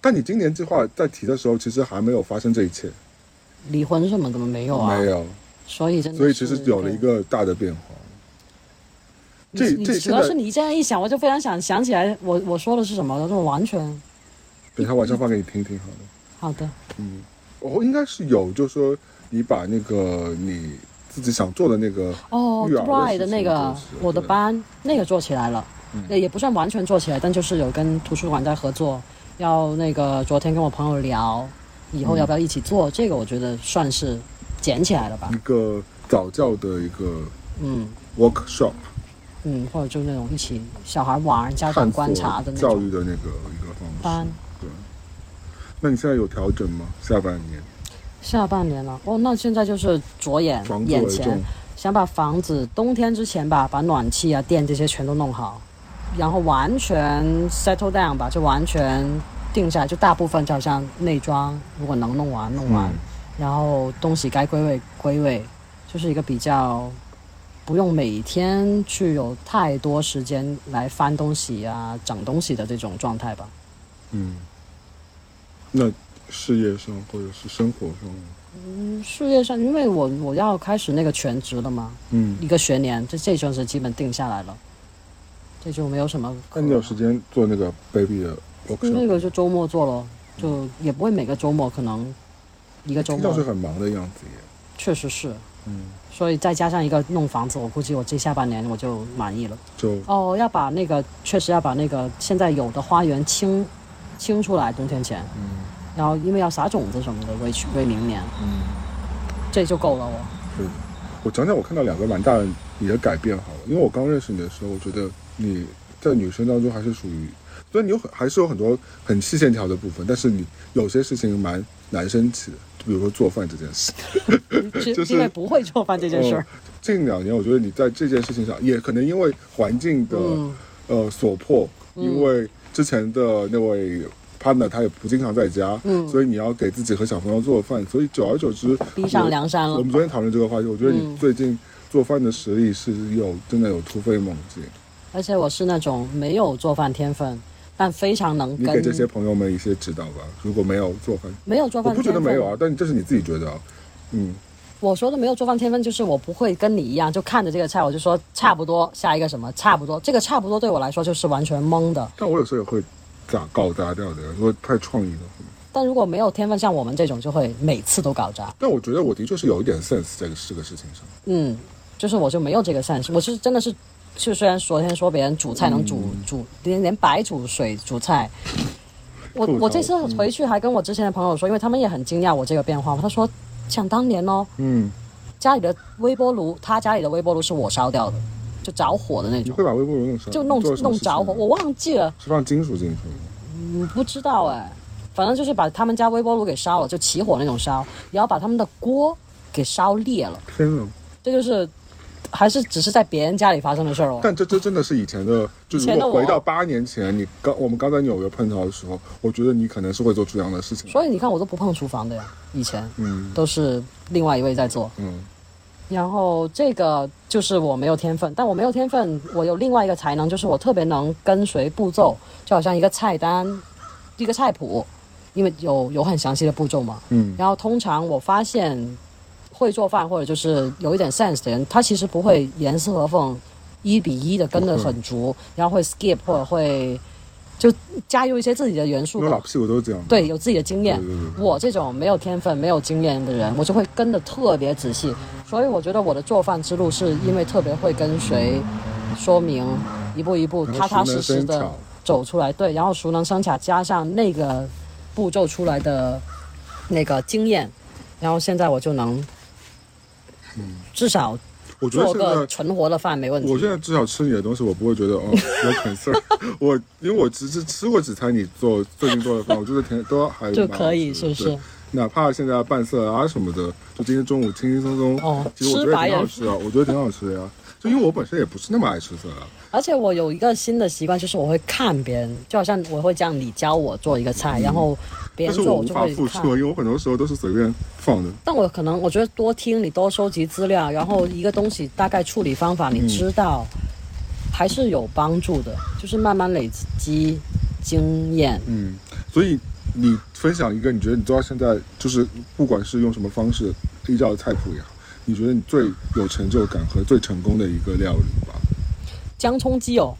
S3: 但你今年计划在提的时候，其实还没有发生这一切，
S2: 离婚什么的没有啊？
S3: 没。有，
S2: 所以嗯真的是，
S3: 所以其实有了一个大的变化。这
S2: 对。你
S3: 这
S2: 你主
S3: 现
S2: 要是
S3: 在，
S2: 你这样一想，我就非常想想起来我我说的是什么了，这完全
S3: 等一下晚上放给你听听好了。
S2: 好的。
S3: 哦，应该是有，就是说你把那个你自己想做的那个
S2: 哦
S3: 育儿
S2: ，Dry
S3: 的
S2: 的
S3: 事
S2: 那
S3: 情做
S2: 个
S3: 起来
S2: 我的
S3: 对嗯
S2: 班那个做起来了，也也不算完全做起来，但就是有跟图书馆在合作，要那个昨天跟我朋友聊，以后要不要一起做、
S3: 嗯
S2: 这个，我觉得算是捡起来了吧
S3: 一，个早教的一个
S2: 嗯
S3: workshop，
S2: 嗯，或者就那种一起小孩玩、家
S3: 探
S2: 长
S3: 索
S2: 观察的那
S3: 教
S2: 种
S3: 育的那个一个方
S2: 班
S3: 式。。对，那你现在有调整吗？下半年
S2: 下半年了，哦，那现在就是着眼
S3: 房子
S2: 眼
S3: 为
S2: 前
S3: 重，，
S2: 想把房子冬天之前吧，把暖气啊、电这些全都弄好，然后完全 settle down 吧，就完全定下来，就大部分就好像内装，如果能弄完弄完，
S3: 嗯
S2: 然后东西该归位归位，就是一个比较不用每天去有太多时间来翻东西啊、整东西的这种状态吧。
S3: 嗯，那事业上或者是生活上呢，
S2: 嗯，事业上，因为我我要开始那个全职了嘛，
S3: 嗯
S2: 一个学年，这这一阵子基本定下来了。这就没有什么可。
S3: 那你有时间做那个 baby 的
S2: 那
S3: workshop？
S2: 个就周末做咯，就也不会每个周末，可能一个周
S3: 听上
S2: 末
S3: 去很忙的样子耶。
S2: 确实是，
S3: 嗯，
S2: 所以再加上一个弄房子，我估计我这下半年我就满意了。
S3: 就
S2: 哦，要把那个确实要把那个现在有的花园清清出来，冬天前，
S3: 嗯
S2: 然后因为要撒种子什么的，为去为明年，
S3: 嗯，
S2: 这就够了我。
S3: 是。我讲讲我看到两个蛮大的你的改变好了，因为我刚认识你的时候，我觉得你在女生当中还是属于，虽然你有很还是有很多很细线条的部分，但是你有些事情蛮男生气的，就比如说做饭这件事。
S2: 是哦
S3: 就是
S2: 因为不会做饭这件事儿
S3: 呃，近两年我觉得你在这件事情上，也可能因为环境的、
S2: 嗯
S3: 呃所迫，因为之前的那位 partner 他也不经常在家，
S2: 嗯
S3: 所以你要给自己和小朋友做饭，所以久而久之
S2: 逼上
S3: 我
S2: 梁山了
S3: 我们昨天讨论这个话题，我觉得你
S2: 嗯
S3: 最近做饭的实力是有真的有突飞猛进，
S2: 而且我是那种没有做饭天分，但非常能
S3: 你给
S2: 跟
S3: 这些朋友们一些指导吧。如果没有做饭，
S2: 没有做
S3: 我
S2: 饭
S3: 不
S2: 天
S3: 觉
S2: 分，
S3: 得没有啊，但这是你自己觉得啊，嗯，
S2: 我说的没有做饭天分，就是我不会跟你一样，就看着这个菜，我就说差不多，下一个什么差不多，这个差不多对我来说就是完全懵的。
S3: 但我有时候也会咋搞砸掉的，如果太创意的话。
S2: 但如果没有天分，像我们这种，就会每次都搞砸。
S3: 但我觉得我的确是有一点 sense 在这个事情上，
S2: 嗯，就是我就没有这个 sense，我是真的是，就虽然昨天说别人煮菜能煮、煮连连白煮水煮菜，我
S3: 吐槽
S2: 我这次回去还跟我之前的朋友说，因为他们也很惊讶我这个变化，他说想当年哦，
S3: 嗯，
S2: 家里的微波炉，他家里的微波炉是我烧掉的，就着火的那
S3: 你
S2: 种，
S3: 会把微波炉弄上，
S2: 就弄
S3: 你嗯做了什么
S2: 弄
S3: 事情
S2: 着火，我忘记了。
S3: 是放金属进去吗？
S2: 我不知道哎，反正就是把他们家微波炉给烧了，就起火那种烧，然后把他们的锅给烧裂了。
S3: 天哪！
S2: 这就是还是只是在别人家里发生的事儿哦。
S3: 但这这真的是以前的，就
S2: 以
S3: 如
S2: 前的
S3: 果
S2: 我
S3: 回到八年前，你刚我们刚在纽约碰到的时候，我觉得你可能是会做出这样的事情。
S2: 所以你看，我都不碰厨房的呀，以前
S3: 嗯
S2: 都是另外一位在做。
S3: 嗯，
S2: 然后这个就是我没有天分，但我没有天分，我有另外一个才能，就是我特别能跟随步骤，
S3: 嗯
S2: 就好像一个菜单，一个菜谱，因为有有很详细的步骤嘛。
S3: 嗯
S2: 然后通常我发现会做饭或者就是有一点 sense 的人，他其实不会严丝合缝、一比一的跟得很足，
S3: 嗯
S2: 然后会 skip 或者会就加入一些自己的元素
S3: 因为老
S2: 吧。
S3: 屁股都是这样的。
S2: 对，有自己的经验
S3: 对对对。对
S2: 我这种没有天分、没有经验的人，我就会跟得特别仔细。所以我觉得我的做饭之路是因为特别会跟随说明，一步一步
S3: 然后
S2: 踏踏
S3: 熟
S2: 实
S3: 能
S2: 实
S3: 生
S2: 的
S3: 巧
S2: 走出来。对，然后熟能生巧，加上那个步骤出来的那个经验，然后现在我就能，至少
S3: 我觉得
S2: 做
S3: 现
S2: 个
S3: 在。
S2: 存活的饭没问
S3: 我
S2: 题。
S3: 现在至少吃你的东西，我不会觉得哦有 concern。我 因为我只是吃过几餐你做最近做的饭，我觉得挺都还蛮
S2: 就
S3: 好
S2: 可以
S3: 吃的
S2: 是不
S3: 对
S2: 是
S3: 哪怕现在拌色啊什么的，就今天中午轻轻松松，
S2: 哦
S3: 其实我
S2: 吃
S3: 觉得
S2: 白
S3: 挺好
S2: 人
S3: 吃啊，我觉得挺好吃的呀。就因为我本身也不是那么爱吃色啊，
S2: 而且我有一个新的习惯，就是我会看别人，就好像我会这样，你教我做一个菜，然后别人
S3: 但是
S2: 做
S3: 我
S2: 我
S3: 嗯无
S2: 就
S3: 法
S2: 会
S3: 复
S2: 看
S3: 刻，。因为我很多时候都是随便放的。
S2: 但我可能我觉得多听你多收集资料，然后一个东西大概处理方法你知道，
S3: 嗯
S2: 还是有帮助的，就是慢慢累积经验。
S3: 嗯，所以你分享一个，你觉得你做到现在，就是不管是用什么方式，依照菜谱也好，你觉得你最有成就感和最成功的一个料理吧？
S2: 姜葱鸡哦，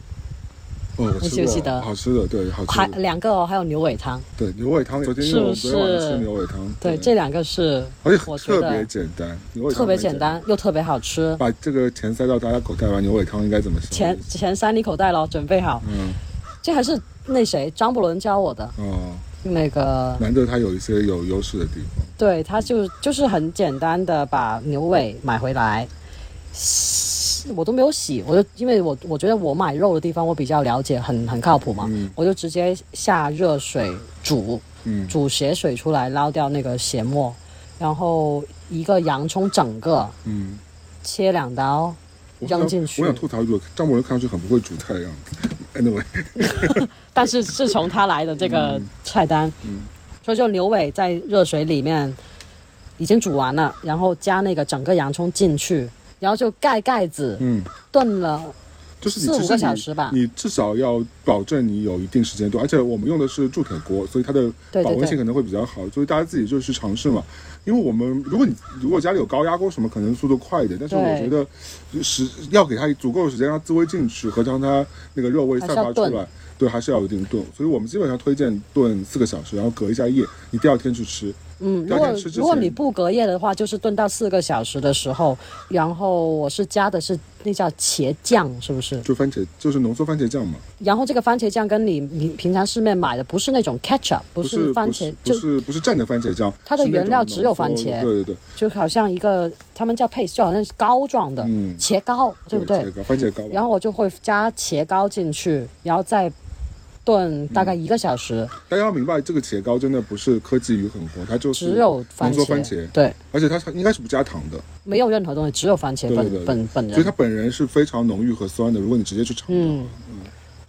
S3: 哦，我吃
S2: 你
S3: 过
S2: 记不记得
S3: 好吃的，对，好
S2: 还
S3: 吃的，
S2: 两个哦，还有牛尾汤。
S3: 对，牛尾汤。昨天因
S2: 是
S3: 为我
S2: 不
S3: 昨天晚上吃
S2: 是
S3: 牛尾汤，
S2: 对，这两个是
S3: 而且
S2: 我觉
S3: 特别
S2: 得
S3: 简单，牛尾汤
S2: 特别
S3: 很
S2: 简单。又特别好吃。
S3: 把这个钱塞到大家口袋，完牛尾汤应该怎么想？
S2: 前前塞你口袋咯，准备好。
S3: 嗯
S2: 这还是那谁张伯伦教我的
S3: 哦，
S2: 那个
S3: 难得它有一些有优势的地方。
S2: 对，他就就是很简单的把牛尾买回来，洗我都没有洗，我就因为我我觉得我买肉的地方我比较了解，很很靠谱嘛，
S3: 嗯
S2: 我就直接下热水煮，
S3: 嗯
S2: 煮血水出来，捞掉那个血沫，然后一个洋葱整个
S3: 嗯。
S2: 切两刀
S3: 我
S2: 扔
S3: 想
S2: 进去
S3: 我，想吐槽一句，张伯伦看上去很不会煮菜的样子。Anyway，
S2: 但是是从他来的这个
S3: 嗯
S2: 菜单，所以就牛尾在热水里面已经煮完了，然后加那个整个洋葱进去，然后就盖盖子
S3: 嗯，
S2: 炖了
S3: 就是你
S2: 四五
S3: 其实
S2: 个小
S3: 你
S2: 时吧
S3: 你至少要保证你有一定时间度，而且我们用的是铸铁锅，所以它的
S2: 对对
S3: 保温
S2: 对
S3: 性可能会比较好，所以大家自己就去尝试嘛。因为我们如果你如果家里有高压锅什么，可能速度快一点，但是我
S2: 对
S3: 觉得时要给它足够的时间让它滋味进去和让它那个热味
S2: 还
S3: 散
S2: 是要
S3: 发出
S2: 炖
S3: 来，对，还是要有一定炖。所以我们基本上推荐炖四个小时，然后隔一下夜，你第二天去吃。
S2: 嗯，
S3: 第
S2: 如
S3: 二
S2: 果
S3: 天吃之
S2: 如果
S3: 前
S2: 你不隔夜的话，就是炖到四个小时的时候，然后我是加的是那叫茄酱，是不是？
S3: 就番茄就是浓缩番茄酱嘛，
S2: 然后这个番茄酱跟你你平常市面买的不是那种 ketchup，不
S3: 不是
S2: 番
S3: 不
S2: 茄
S3: 是，不
S2: 就是
S3: 不是蘸的番茄酱，
S2: 它的
S3: 是那
S2: 原
S3: 种
S2: 料只有
S3: 浓缩
S2: 番
S3: 的
S2: 茄
S3: 对对对，
S2: 就好像一个他们叫 paste，就好像是膏状的、
S3: 嗯
S2: 茄膏，对不对？
S3: 茄膏番茄膏吧。
S2: 然后我就会加茄膏进去，然后再炖大概一个小时，
S3: 大家要明白，这个茄膏真的不是科技与狠活，它就是
S2: 只有番
S3: 浓缩
S2: 茄，
S3: 番茄，
S2: 对，
S3: 而且它它应该是不加糖的，
S2: 没有任何东西，只有番茄
S3: 对
S2: 本
S3: 对对
S2: 本本
S3: 所以它
S2: 人。
S3: 本人是非常浓郁和酸的。如果你直接去尝，
S2: 嗯，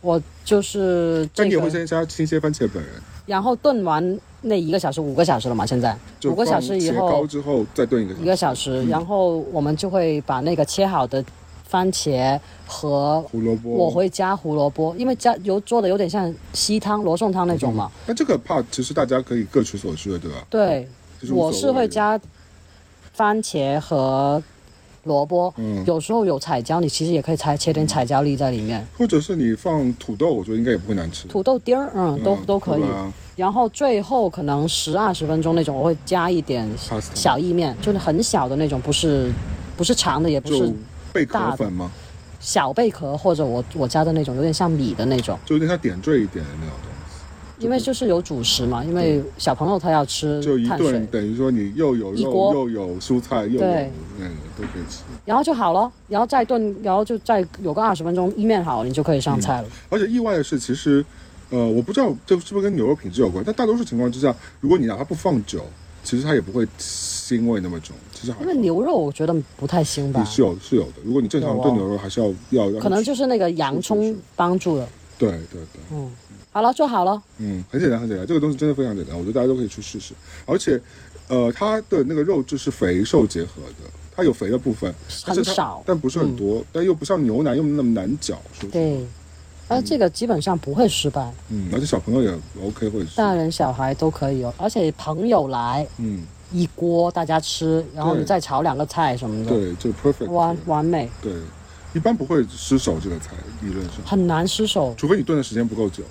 S2: 我就是这
S3: 但你也会
S2: 个，
S3: 先加新鲜番茄本人，
S2: 然后炖完那一个小时，五个小时了嘛，现在
S3: 就
S2: 五个小
S3: 放
S2: 时以
S3: 茄
S2: 后
S3: 膏，嗯之后再炖一个小
S2: 一
S3: 时。
S2: 个小时，然后我们就会把那个切好的番茄和
S3: 胡萝卜，
S2: 我会加胡萝卜，因为加油做的有点像西汤、罗宋汤那种嘛。
S3: 那这个 part 其实大家可以各取所需的，对吧？
S2: 对，
S3: 其实无所
S2: 我
S3: 谓
S2: 是会，加番茄和萝卜，
S3: 嗯
S2: 有时候有彩椒，你其实也可以采切点彩椒粒在里面，
S3: 或者是你放土豆，我觉得应该也不会难吃。
S2: 土豆丁儿，嗯，都
S3: 嗯
S2: 都可以
S3: 对。吧
S2: 然后最后可能十二十分钟那种，我会加一点
S3: Pasta
S2: 小意面，就是很小的那种，不是不是长的，也不
S3: 就是贝
S2: 大
S3: 壳
S2: 的
S3: 粉嘛，
S2: 小贝壳，或者我我加的那种，有点像米的那种。
S3: 就有点像点缀一点的那种东西。
S2: 因为就是有主食嘛，因为小朋友他要吃
S3: 就一
S2: 碳
S3: 顿
S2: 水，
S3: 等于说你又有
S2: 一锅
S3: 肉，又有蔬菜，又有
S2: 对
S3: 那个都可以吃。
S2: 然后就好了，然后再炖，然后就再有个二十分钟，意面好，你就可以
S3: 嗯
S2: 上菜了。
S3: 而且意外的是，其实，呃，我不知道这是不是跟牛肉品质有关，但大多数情况之下，如果你哪怕不放酒，其实它也不会腥味那么重。其实还
S2: 因
S3: 好
S2: 为牛肉我觉得不太腥吧，
S3: 是有是有的。如果你正常
S2: 有哦
S3: 炖牛肉，还是要要要
S2: 可能就是那个洋葱帮助了。
S3: 对对对，
S2: 嗯，好了，做好了，
S3: 嗯，很简单很简单，这个东西真的非常简单，我觉得大家都可以去试试。而且，呃，它的那个肉质是肥瘦结合的。它有肥的部分，但是它
S2: 很少嗯
S3: 但不是很多，但又不像牛腩又那么难嚼，是不是？
S2: 对。而这个基本上不会失败，
S3: 嗯，而且小朋友也 OK 会吃，
S2: 大人小孩都可以哦。而且朋友来
S3: 嗯，
S2: 一锅大家吃，然后
S3: 对
S2: 你再炒两个菜什么的，
S3: 对，就 perfect，
S2: 完完美，
S3: 对，一般不会失手这个菜，理论上，
S2: 很难失手
S3: 除非你炖的时间不够久。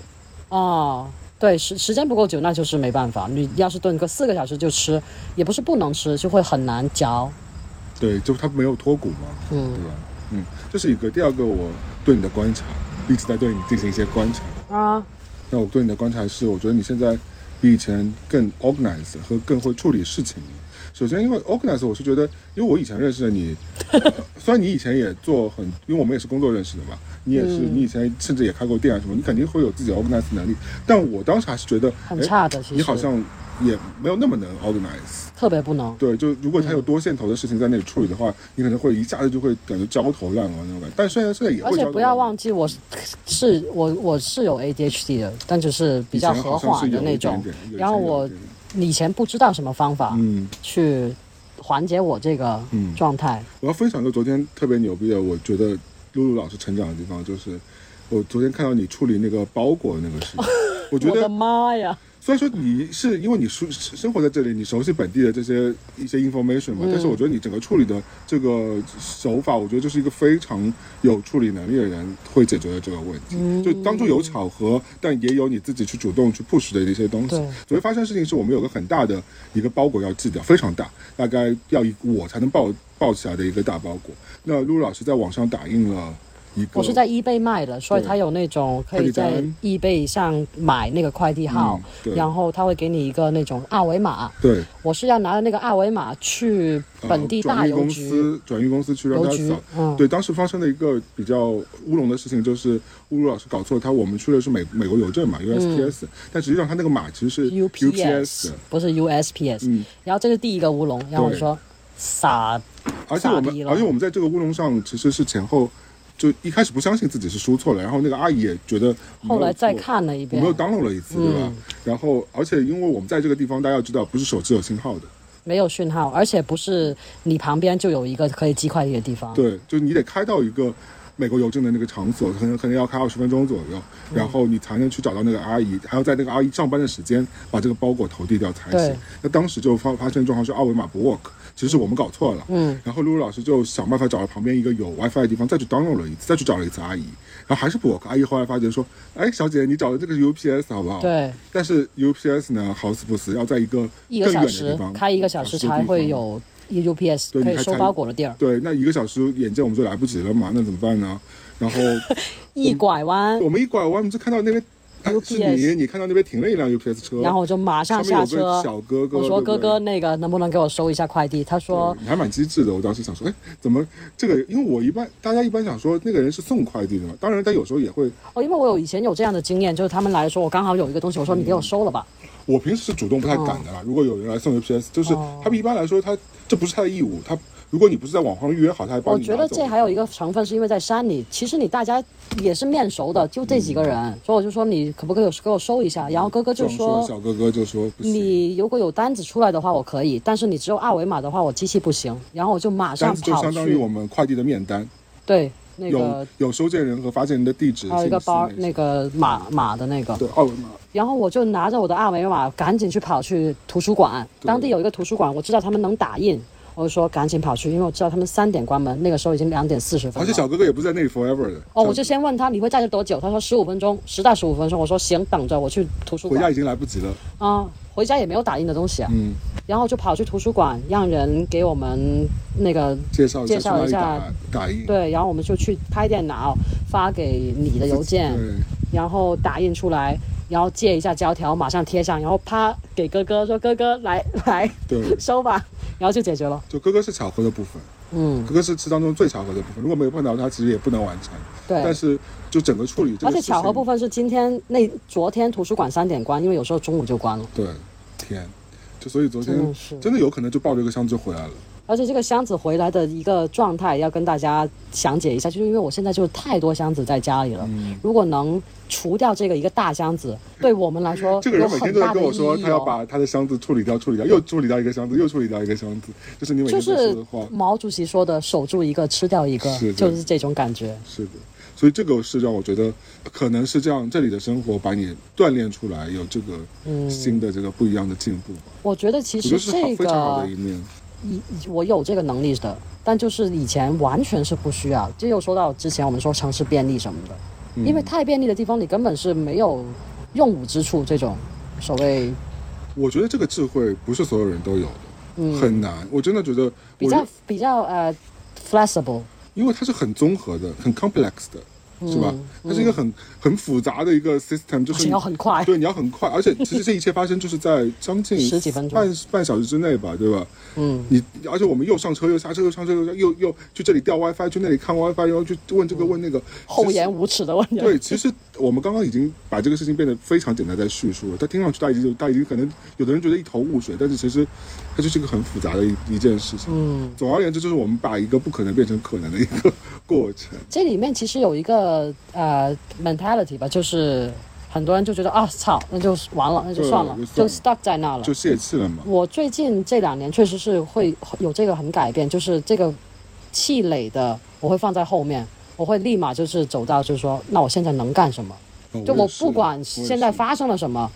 S2: 哦。对，时时间不够久，那就是没办法。你要是炖个四个小时就吃，也不是不能吃，就会很难嚼。
S3: 对，就它没有脱骨嘛，对
S2: 嗯
S3: 吧？嗯，这是一个。第二个，我对你的观察，一直在对你进行一些观察。
S2: 啊，
S3: 那我对你的观察是，我觉得你现在比以前更 organized 和更会处理事情。首先，因为 organized，我是觉得，因为我以前认识 的你，呃虽然你以前也做很，因为我们也是工作认识的嘛，你也是，
S2: 嗯
S3: 你以前甚至也开过店啊什么，你肯定会有自己的 organized 能力。但我当时还是觉得，
S2: 很
S3: 哎
S2: 差的其实
S3: 你好像也没有那么能 organize。
S2: 特别不能。
S3: 对，就如果他有多线头的事情在那里处理的话，
S2: 嗯
S3: 你可能会一下子就会感觉焦头烂额那种感觉。但虽然现在也
S2: 而
S3: 会焦头
S2: 且
S3: 烂额，
S2: 不要忘记我是，是我我是有 ADHD 的，但只是比较和缓的那种
S3: 以前好像是有一点点有一。点
S2: 然后我以前不知道什么方法
S3: 嗯，
S2: 去缓解我这个
S3: 嗯
S2: 状态，
S3: 我要分享一个昨天特别牛逼的，我觉得露露老师成长的地方，就是我昨天看到你处理那个包裹的那个事情，我觉
S2: 我的
S3: 得
S2: 妈呀！
S3: 虽然说你是因为你生生活在这里，你熟悉本地的这些一些 information
S2: 嗯
S3: 嘛，但是我觉得你整个处理的这个手法，我觉得就是一个非常有处理能力的人会解决的这个问题。
S2: 嗯
S3: 就当中有巧合，但也有你自己去主动去 push 的一些东西。
S2: 对
S3: 昨天发生的事情是我们有个很大的一个包裹要寄掉，非常大，大概要一我才能抱抱起来的一个大包裹。那陆老师在网上打印了一个，
S2: 我是在 eBay 卖的，所以
S3: 对
S2: 它有那种可以
S3: 快
S2: 在
S3: 递
S2: eBay 上买那个快递号
S3: 嗯，对
S2: 然后他会给你一个那种二维码，
S3: 对、
S2: 我是要拿着那个二维码去
S3: 呃
S2: 本地大
S3: 转运
S2: 邮
S3: 公
S2: 局。
S3: 司转运公司去让
S2: 邮
S3: 他
S2: 局
S3: 扫。
S2: 嗯
S3: 对，当时发生的一个比较乌龙的事情就是乌鲁老师搞错了，他我们去的是美美国邮政嘛
S2: 嗯
S3: USPS，、但实际上他那个码其实是
S2: UPS
S3: 的。嗯
S2: 不是 USPS，、然后这是第一个乌龙，然后我
S3: 对
S2: 说傻
S3: 而且我
S2: 傻逼
S3: 们，
S2: 了
S3: 而且我们在这个乌龙上其实是前后就一开始不相信自己是输错了，然后那个阿姨也觉得没有
S2: 后来再
S3: 错
S2: 看了一
S3: 我
S2: 遍嗯
S3: 们，又 download 了一次，对吧？然后，而且因为我们在这个地方，大家要知道，不是手机有信号的，
S2: 没有讯号，而且不是你旁边就有一个可以寄快递的地方。
S3: 对，就你得开到一个美国邮政的那个场所，可能可能要开二十分钟左右，
S2: 嗯
S3: 然后你才能去找到那个阿姨，还要在那个阿姨上班的时间把这个包裹投递掉才行
S2: 对。
S3: 那当时就发发现啊状况是二维码不 work，其实是我们搞错了。
S2: 嗯，
S3: 然后露露老师就想办法找了旁边一个有 WiFi 的地方，再去 download 了一次，再去找了一次阿姨，然后还是不 work。阿姨后来发觉说，哎，小姐，你找的这个是 UPS 好不好？。
S2: 对，
S3: 但是 UPS 呢，好死不死要在一个
S2: 一个
S3: 更远
S2: 小
S3: 的地
S2: 时
S3: 方
S2: 开一个小时才会。有 UPS
S3: 对
S2: 可
S3: 你
S2: 以
S3: 还
S2: 收
S3: 才
S2: 包裹的地儿，
S3: 对，那一个小时眼见我们就来不及了嘛，那怎么办呢？然后
S2: 一拐弯，
S3: 我们一拐弯，我们就看到那边，哎是
S2: UPS
S3: 你，你看到那边停了一辆 UPS 车，
S2: 然后我就马上
S3: 上面
S2: 下
S3: 有
S2: 车。
S3: 个小哥哥，
S2: 我说：“
S3: 对不
S2: 哥
S3: 对
S2: 哥，那个能不能给我收一下快递？”他说
S3: 对你还蛮机智的。我当时想说，哎，怎么这个？因为我一般大家一般想说那个人是送快递的嘛，当然他有时候也会，：“
S2: 哦，因为我有以前有这样的经验，就是他们来说我刚好有一个东西，我说
S3: 嗯
S2: 你给我收了吧。
S3: 我平时是主动不太敢的啦。如果有人来送 UPS，就是
S2: 哦
S3: 他们一般来说他这不是他的义务，他如果你不是在网上预约好，他还帮
S2: 我
S3: 你
S2: 觉
S3: 拿
S2: 得
S3: 走
S2: 这还有一个成分是因为在山里，其实你大家也是面熟的，就这几个
S3: 嗯
S2: 人，所以我就说你可不可以给我收一下？然后哥哥就
S3: 这样说
S2: 说
S3: 小哥哥就说不行，
S2: 你如果有单子出来的话我可以，但是你只有二维码的话我机器不行。然后我就马上
S3: 单子就
S2: 跑
S3: 相当于我
S2: 去，
S3: 们快递的面单，
S2: 对那
S3: 有
S2: 个哦
S3: 有收件人和发件人的地址，
S2: 还有一个
S3: 信息
S2: 包
S3: 那
S2: 那
S3: 些
S2: 个码码的那个，
S3: 对哦二维码。
S2: 然后我就拿着我的二维码赶紧去跑去图书馆，
S3: 对
S2: 当地有一个图书馆，我知道他们能打印。我就说赶紧跑去，因为我知道他们三点关门，那个时候已经两点四十分了。
S3: 而且小哥哥也不是在那里 forever 的
S2: 哦，我就先问他你会在这多久？他说十五分钟，十到十五分钟。我说行，等着我去图书
S3: 回家
S2: 馆
S3: 已经来不及了。
S2: 啊。回家也没有打印的东西啊，
S3: 嗯，
S2: 然后就跑去图书馆，让人给我们那个
S3: 介绍一下
S2: 介
S3: 去
S2: 绍
S3: 哪
S2: 一
S3: 里
S2: 下
S3: 打打印。
S2: 对，然后我们就去拍电脑发给你的邮件，
S3: 对
S2: 然后打印出来，然后借一下胶条，马上贴上，然后啪给哥哥说哥哥来来
S3: 对，
S2: 收吧，然后就解决了。
S3: 就哥哥是巧合的部分，
S2: 嗯，
S3: 哥哥是吃当中最巧合的部分。如果没有碰到他，其实也不能完成。
S2: 对。
S3: 但是就整个处理这
S2: 而
S3: 个
S2: 且
S3: 事情，
S2: 巧合部分是今天那昨天图书馆三点关，因为有时候中午就关了。
S3: 对，天，就所以昨天
S2: 真的是
S3: 真的有可嗯能就抱着一个箱子就回来了。
S2: 而且这个箱子回来的一个状态要跟大家详解一下，就是因为我现在就是太多箱子在家里了，如果能除掉这个一个大箱子，对我们来说
S3: 这个人每
S2: 有很
S3: 天都在
S2: 大
S3: 跟
S2: 的
S3: 我说，
S2: 意义
S3: 他要
S2: 哦
S3: 把他的箱子处理掉，处理掉，又处理掉一个箱子，又处理掉一个箱子，就是你每
S2: 就
S3: 天在说
S2: 是
S3: 的话。
S2: 毛主席说的“守住一个，吃掉一个
S3: 是”，的
S2: 就是这种感觉。
S3: 是的，所以这个是让我觉得，可能是这样，这里的生活把你锻炼出来，有这个新的这个不一样的进步吧。
S2: 我觉得其
S3: 我觉
S2: 实
S3: 得是好
S2: 嗯这
S3: 非常好的
S2: 个
S3: 一面。
S2: 以我有这个能力的，但就是以前完全是不需要。这又说到之前我们说城市便利什么的，
S3: 嗯
S2: 因为太便利的地方，你根本是没有用武之处。这种所谓
S3: 我觉得这个智慧不是所有人都有的，很难。我真的觉得
S2: 嗯比
S3: 我
S2: 较比较呃 flexible，
S3: 因为它是很综合的、很 complex 的，是吧？
S2: 嗯
S3: 它是一个很很复杂的一个 system，就
S2: 而且
S3: 是
S2: 要很快
S3: 对，你要很快，而且其实这一切发生就是在将近
S2: 十几分钟
S3: 半半小时之内吧，对吧？嗯，你而且我们又上车又下车又上车又下又又去这里调 WiFi，去那里看 WiFi，然后去问这个问那个，
S2: 厚
S3: 其实
S2: 颜无耻的问题。
S3: 对，其实我们刚刚已经把这个事情变得非常简单在叙述了。它听上去大家已经大家已经可能有的人觉得一头雾水，但是其实它就是一个很复杂的一一件事情。嗯，总而言之，就是我们把一个不可能变成可能的一个过程。
S2: 这里面其实有一个呃 mentality 吧，就是很多人就觉得啊操，那就完了，那就
S3: 对
S2: 算了
S3: 就，算
S2: 就
S3: 了
S2: stuck 在那了。
S3: 就泄气了嘛。
S2: 我最近这两年确实是会有这个很改变，就是这个气馁的，我会放在后面，我会立马就是走到就是说，那我现在能干什么？就
S3: 我
S2: 我
S3: 也是
S2: 不管
S3: 我也
S2: 现在
S3: 是
S2: 发生了什么，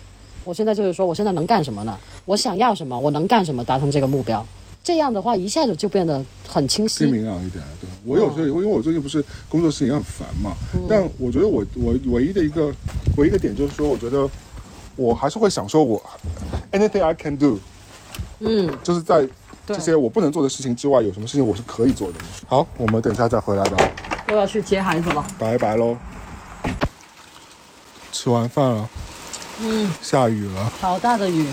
S2: 我现在就是说我现在能干什么呢？我想要什么？我能干什么？达成这个目标。这样的话，一下子就变得很清晰
S3: 心。明朗一点。对我有时候，因为我最近不是工作事情也很烦嘛，但我觉得我我唯一的一个唯一的点就是说，我觉得我还是会想说我 anything I can do，嗯，就是在
S2: 对
S3: 这些我不能做的事情之外，有什么事情我是可以做的。好，我们等一下再回来吧，
S2: 又要去接孩子了。
S3: 拜拜喽。吃完饭了，嗯，下雨了，
S2: 好大的雨！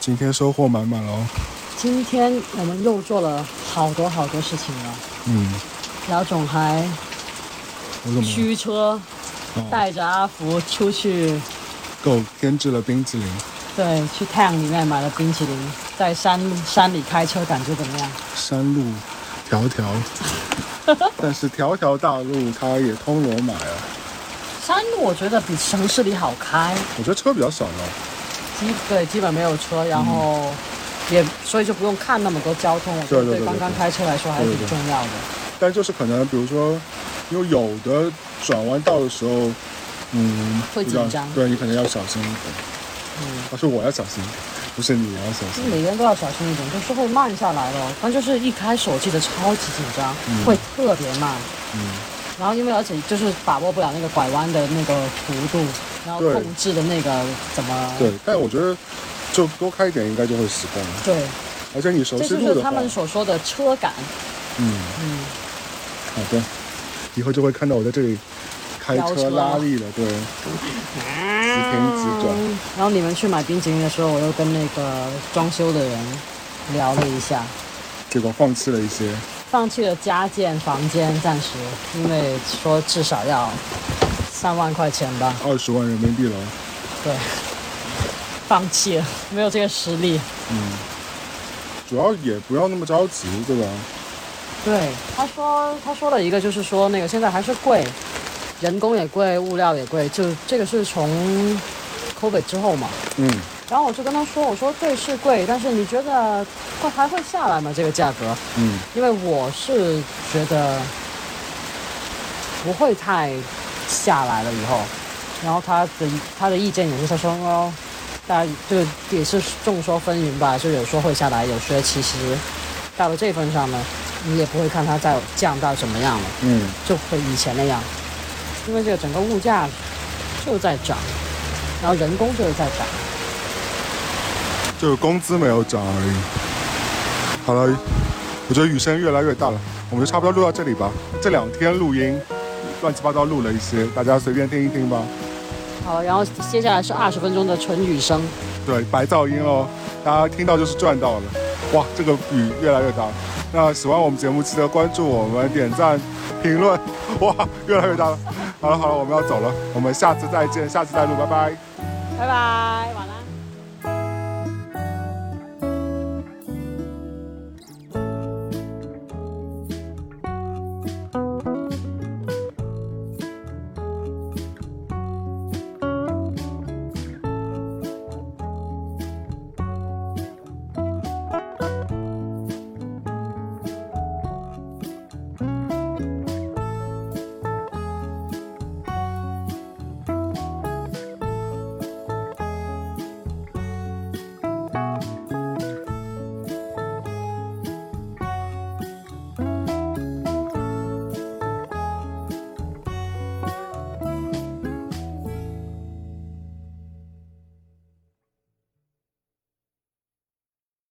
S3: 今天收获满满喽。
S2: 今天我们又做了好多好多事情了。
S3: 嗯，
S2: 老总还
S3: 我怎么
S2: 驱车
S3: 哦
S2: 带着阿福出去
S3: 够添置了冰淇淋？
S2: 对，去太阳里面买了冰淇淋，在山山里开车，感觉怎么样？
S3: 山路迢迢， 但是条条大路它也通罗马呀。
S2: 山路我觉得比城市里好开，
S3: 我觉得车比较少啊了，
S2: 基对基本没有车，然后
S3: 嗯
S2: 也所以就不用看那么多交通，我觉得
S3: 对对对对
S2: 刚刚
S3: 对
S2: 开车来说还是
S3: 对
S2: 挺
S3: 对
S2: 重要的。
S3: 但就是可能比如说因为有的转弯道的时候，嗯，
S2: 会
S3: 不知道
S2: 紧张
S3: 对你可能要小心一点。嗯，而是我要小心，不是你要小心。
S2: 每个人都要小心一点，就是会慢下来了。反正就是一开手记得超级紧张，
S3: 嗯
S2: 会特别慢。然后因为而且就是把握不了那个拐弯的那个幅度，然后
S3: 对
S2: 控制的那个怎么
S3: 对，但我觉得就多开一点，应该就会习惯了。
S2: 对
S3: 而且你熟
S2: 这
S3: 悉
S2: 就
S3: 路
S2: 是
S3: 的
S2: 他
S3: 话，
S2: 们所说的车感。
S3: 嗯嗯，好的，以后就会看到我在这里开
S2: 飙车
S3: 车拉力了，对，
S2: 直
S3: 平直转
S2: 然后你们去买冰淇淋的时候，我又跟那个装修的人聊了一下，
S3: 结果放弃了一些。
S2: 放弃了家建房间，暂时，因为说至少要三万块钱吧。
S3: 二十万人民币了，
S2: 对，放弃了，没有这个实力。
S3: 主要也不要那么着急，对吧？
S2: 对，他说他说了一个，就是说那个现在还是贵，人工也贵，物料也贵，就这个是从 COVID 之后嘛。
S3: 嗯，
S2: 然后我就跟他说，我说对是贵，但是你觉得会还会下来吗？这个价格？
S3: 嗯，
S2: 因为我是觉得不会太下来了以后，然后他的他的意见也是他说哦，大家就也是众说纷纭吧，就有说会下来，有说其实到了这份上呢，你也不会看它再降到怎么样了，
S3: 嗯，
S2: 就会以前那样，因为这个整个物价就在涨，然后人工就是在涨。
S3: 就是工资没有涨而已。好了，我觉得雨声越来越大了，我们就差不多录到这里吧。这两天录音乱七八糟录了一些，大家随便听一听吧。
S2: 好，然后接下来是二十分钟的纯雨声。
S3: 对，白噪音哦，大家听到就是赚到了。哇，这个雨越来越大。那喜欢我们节目，记得关注我们、点赞、评论。哇，越来越大了。好了好了，我们要走了，我们下次再见，下次再录，拜拜。
S2: 拜拜，晚安。